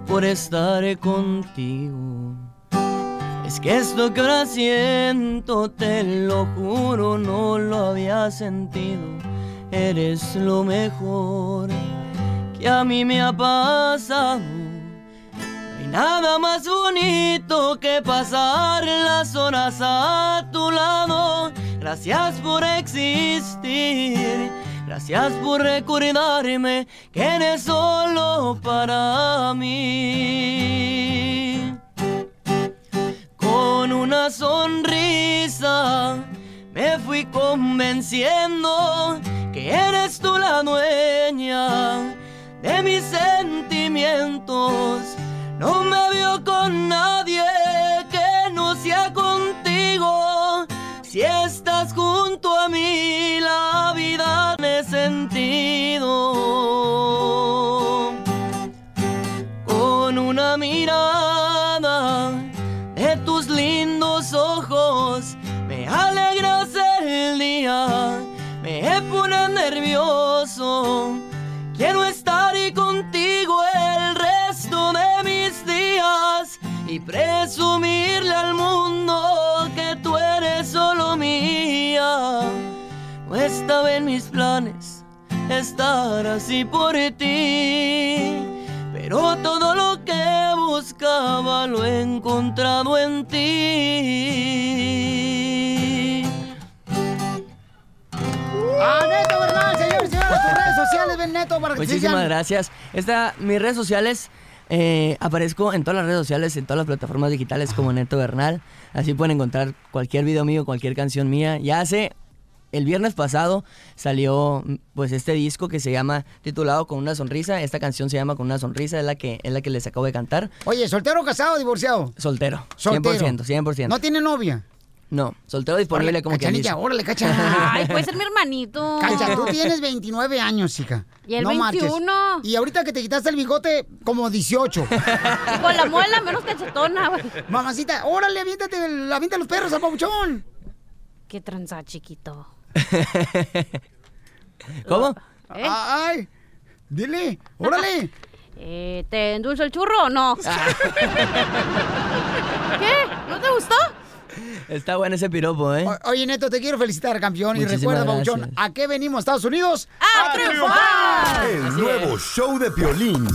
por estar contigo. Es que esto que ahora siento, te lo juro, no lo había sentido. Eres lo mejor que a mí me ha pasado. No hay nada más bonito que pasar las horas a tu lado. Gracias por existir. Gracias por recordarme que eres solo para mí. Con una sonrisa me fui convenciendo que eres tú la dueña de mis sentimientos. No me veo con nadie que no sea contigo. Si estás junto a mí, la vida tiene sentido. Con una mirada de tus lindos ojos, me alegras el día, me pones nervioso. Quiero estar y contigo el resto de mis días y presumirle al mundo que tú eres solo mía. mis planes estar así por ti. Pero todo lo que buscaba lo he encontrado en ti.
¡Ah, Neto Bernal, señores y señores! ¡Tus redes sociales, ven Neto, para que te
Muchísimas
sigan.
gracias. Esta, mis redes sociales, eh, aparezco en todas las redes sociales, en todas las plataformas digitales como Neto Bernal. Así pueden encontrar cualquier video mío, cualquier canción mía. Ya hace, el viernes pasado salió pues este disco que se llama titulado Con una sonrisa. Esta canción se llama Con una sonrisa, es la que, es la que les acabo de cantar.
Oye, ¿soltero, casado, divorciado?
Soltero.
Soltero.
100%, 100%.
¿No tiene novia?
No, soltero disponible como quien
Cachanilla,
dice.
órale, cacha.
Ay, puede ser mi hermanito.
Cacha, tú tienes 29 años, hija.
Y el
marches.
21.
Y ahorita que te quitaste el bigote, como 18.
Con la muela menos cachetona.
Mamacita, órale, aviéntate, el- avienta los perros al pabuchón.
Qué tranza, chiquito.
¿Cómo?
¿Eh?
Ah, Ay, dile, órale.
Eh, ¿Te endulzo el churro o no?
Ah.
¿Qué? ¿No te gustó?
Está bueno ese piropo, ¿eh?
Oye, Neto, te quiero felicitar, campeón. y
Muchísimas
recuerda, pabuchón,
gracias.
¿a qué venimos, Estados Unidos?
¡A triunfar!
El nuevo show de Piolín.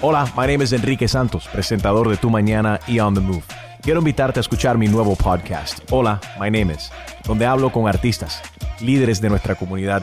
Hola, my name is Enrique Santos, presentador de Tu Mañana y On the Move. Quiero invitarte a escuchar mi nuevo podcast, Hola, my name is, donde hablo con artistas, líderes de nuestra comunidad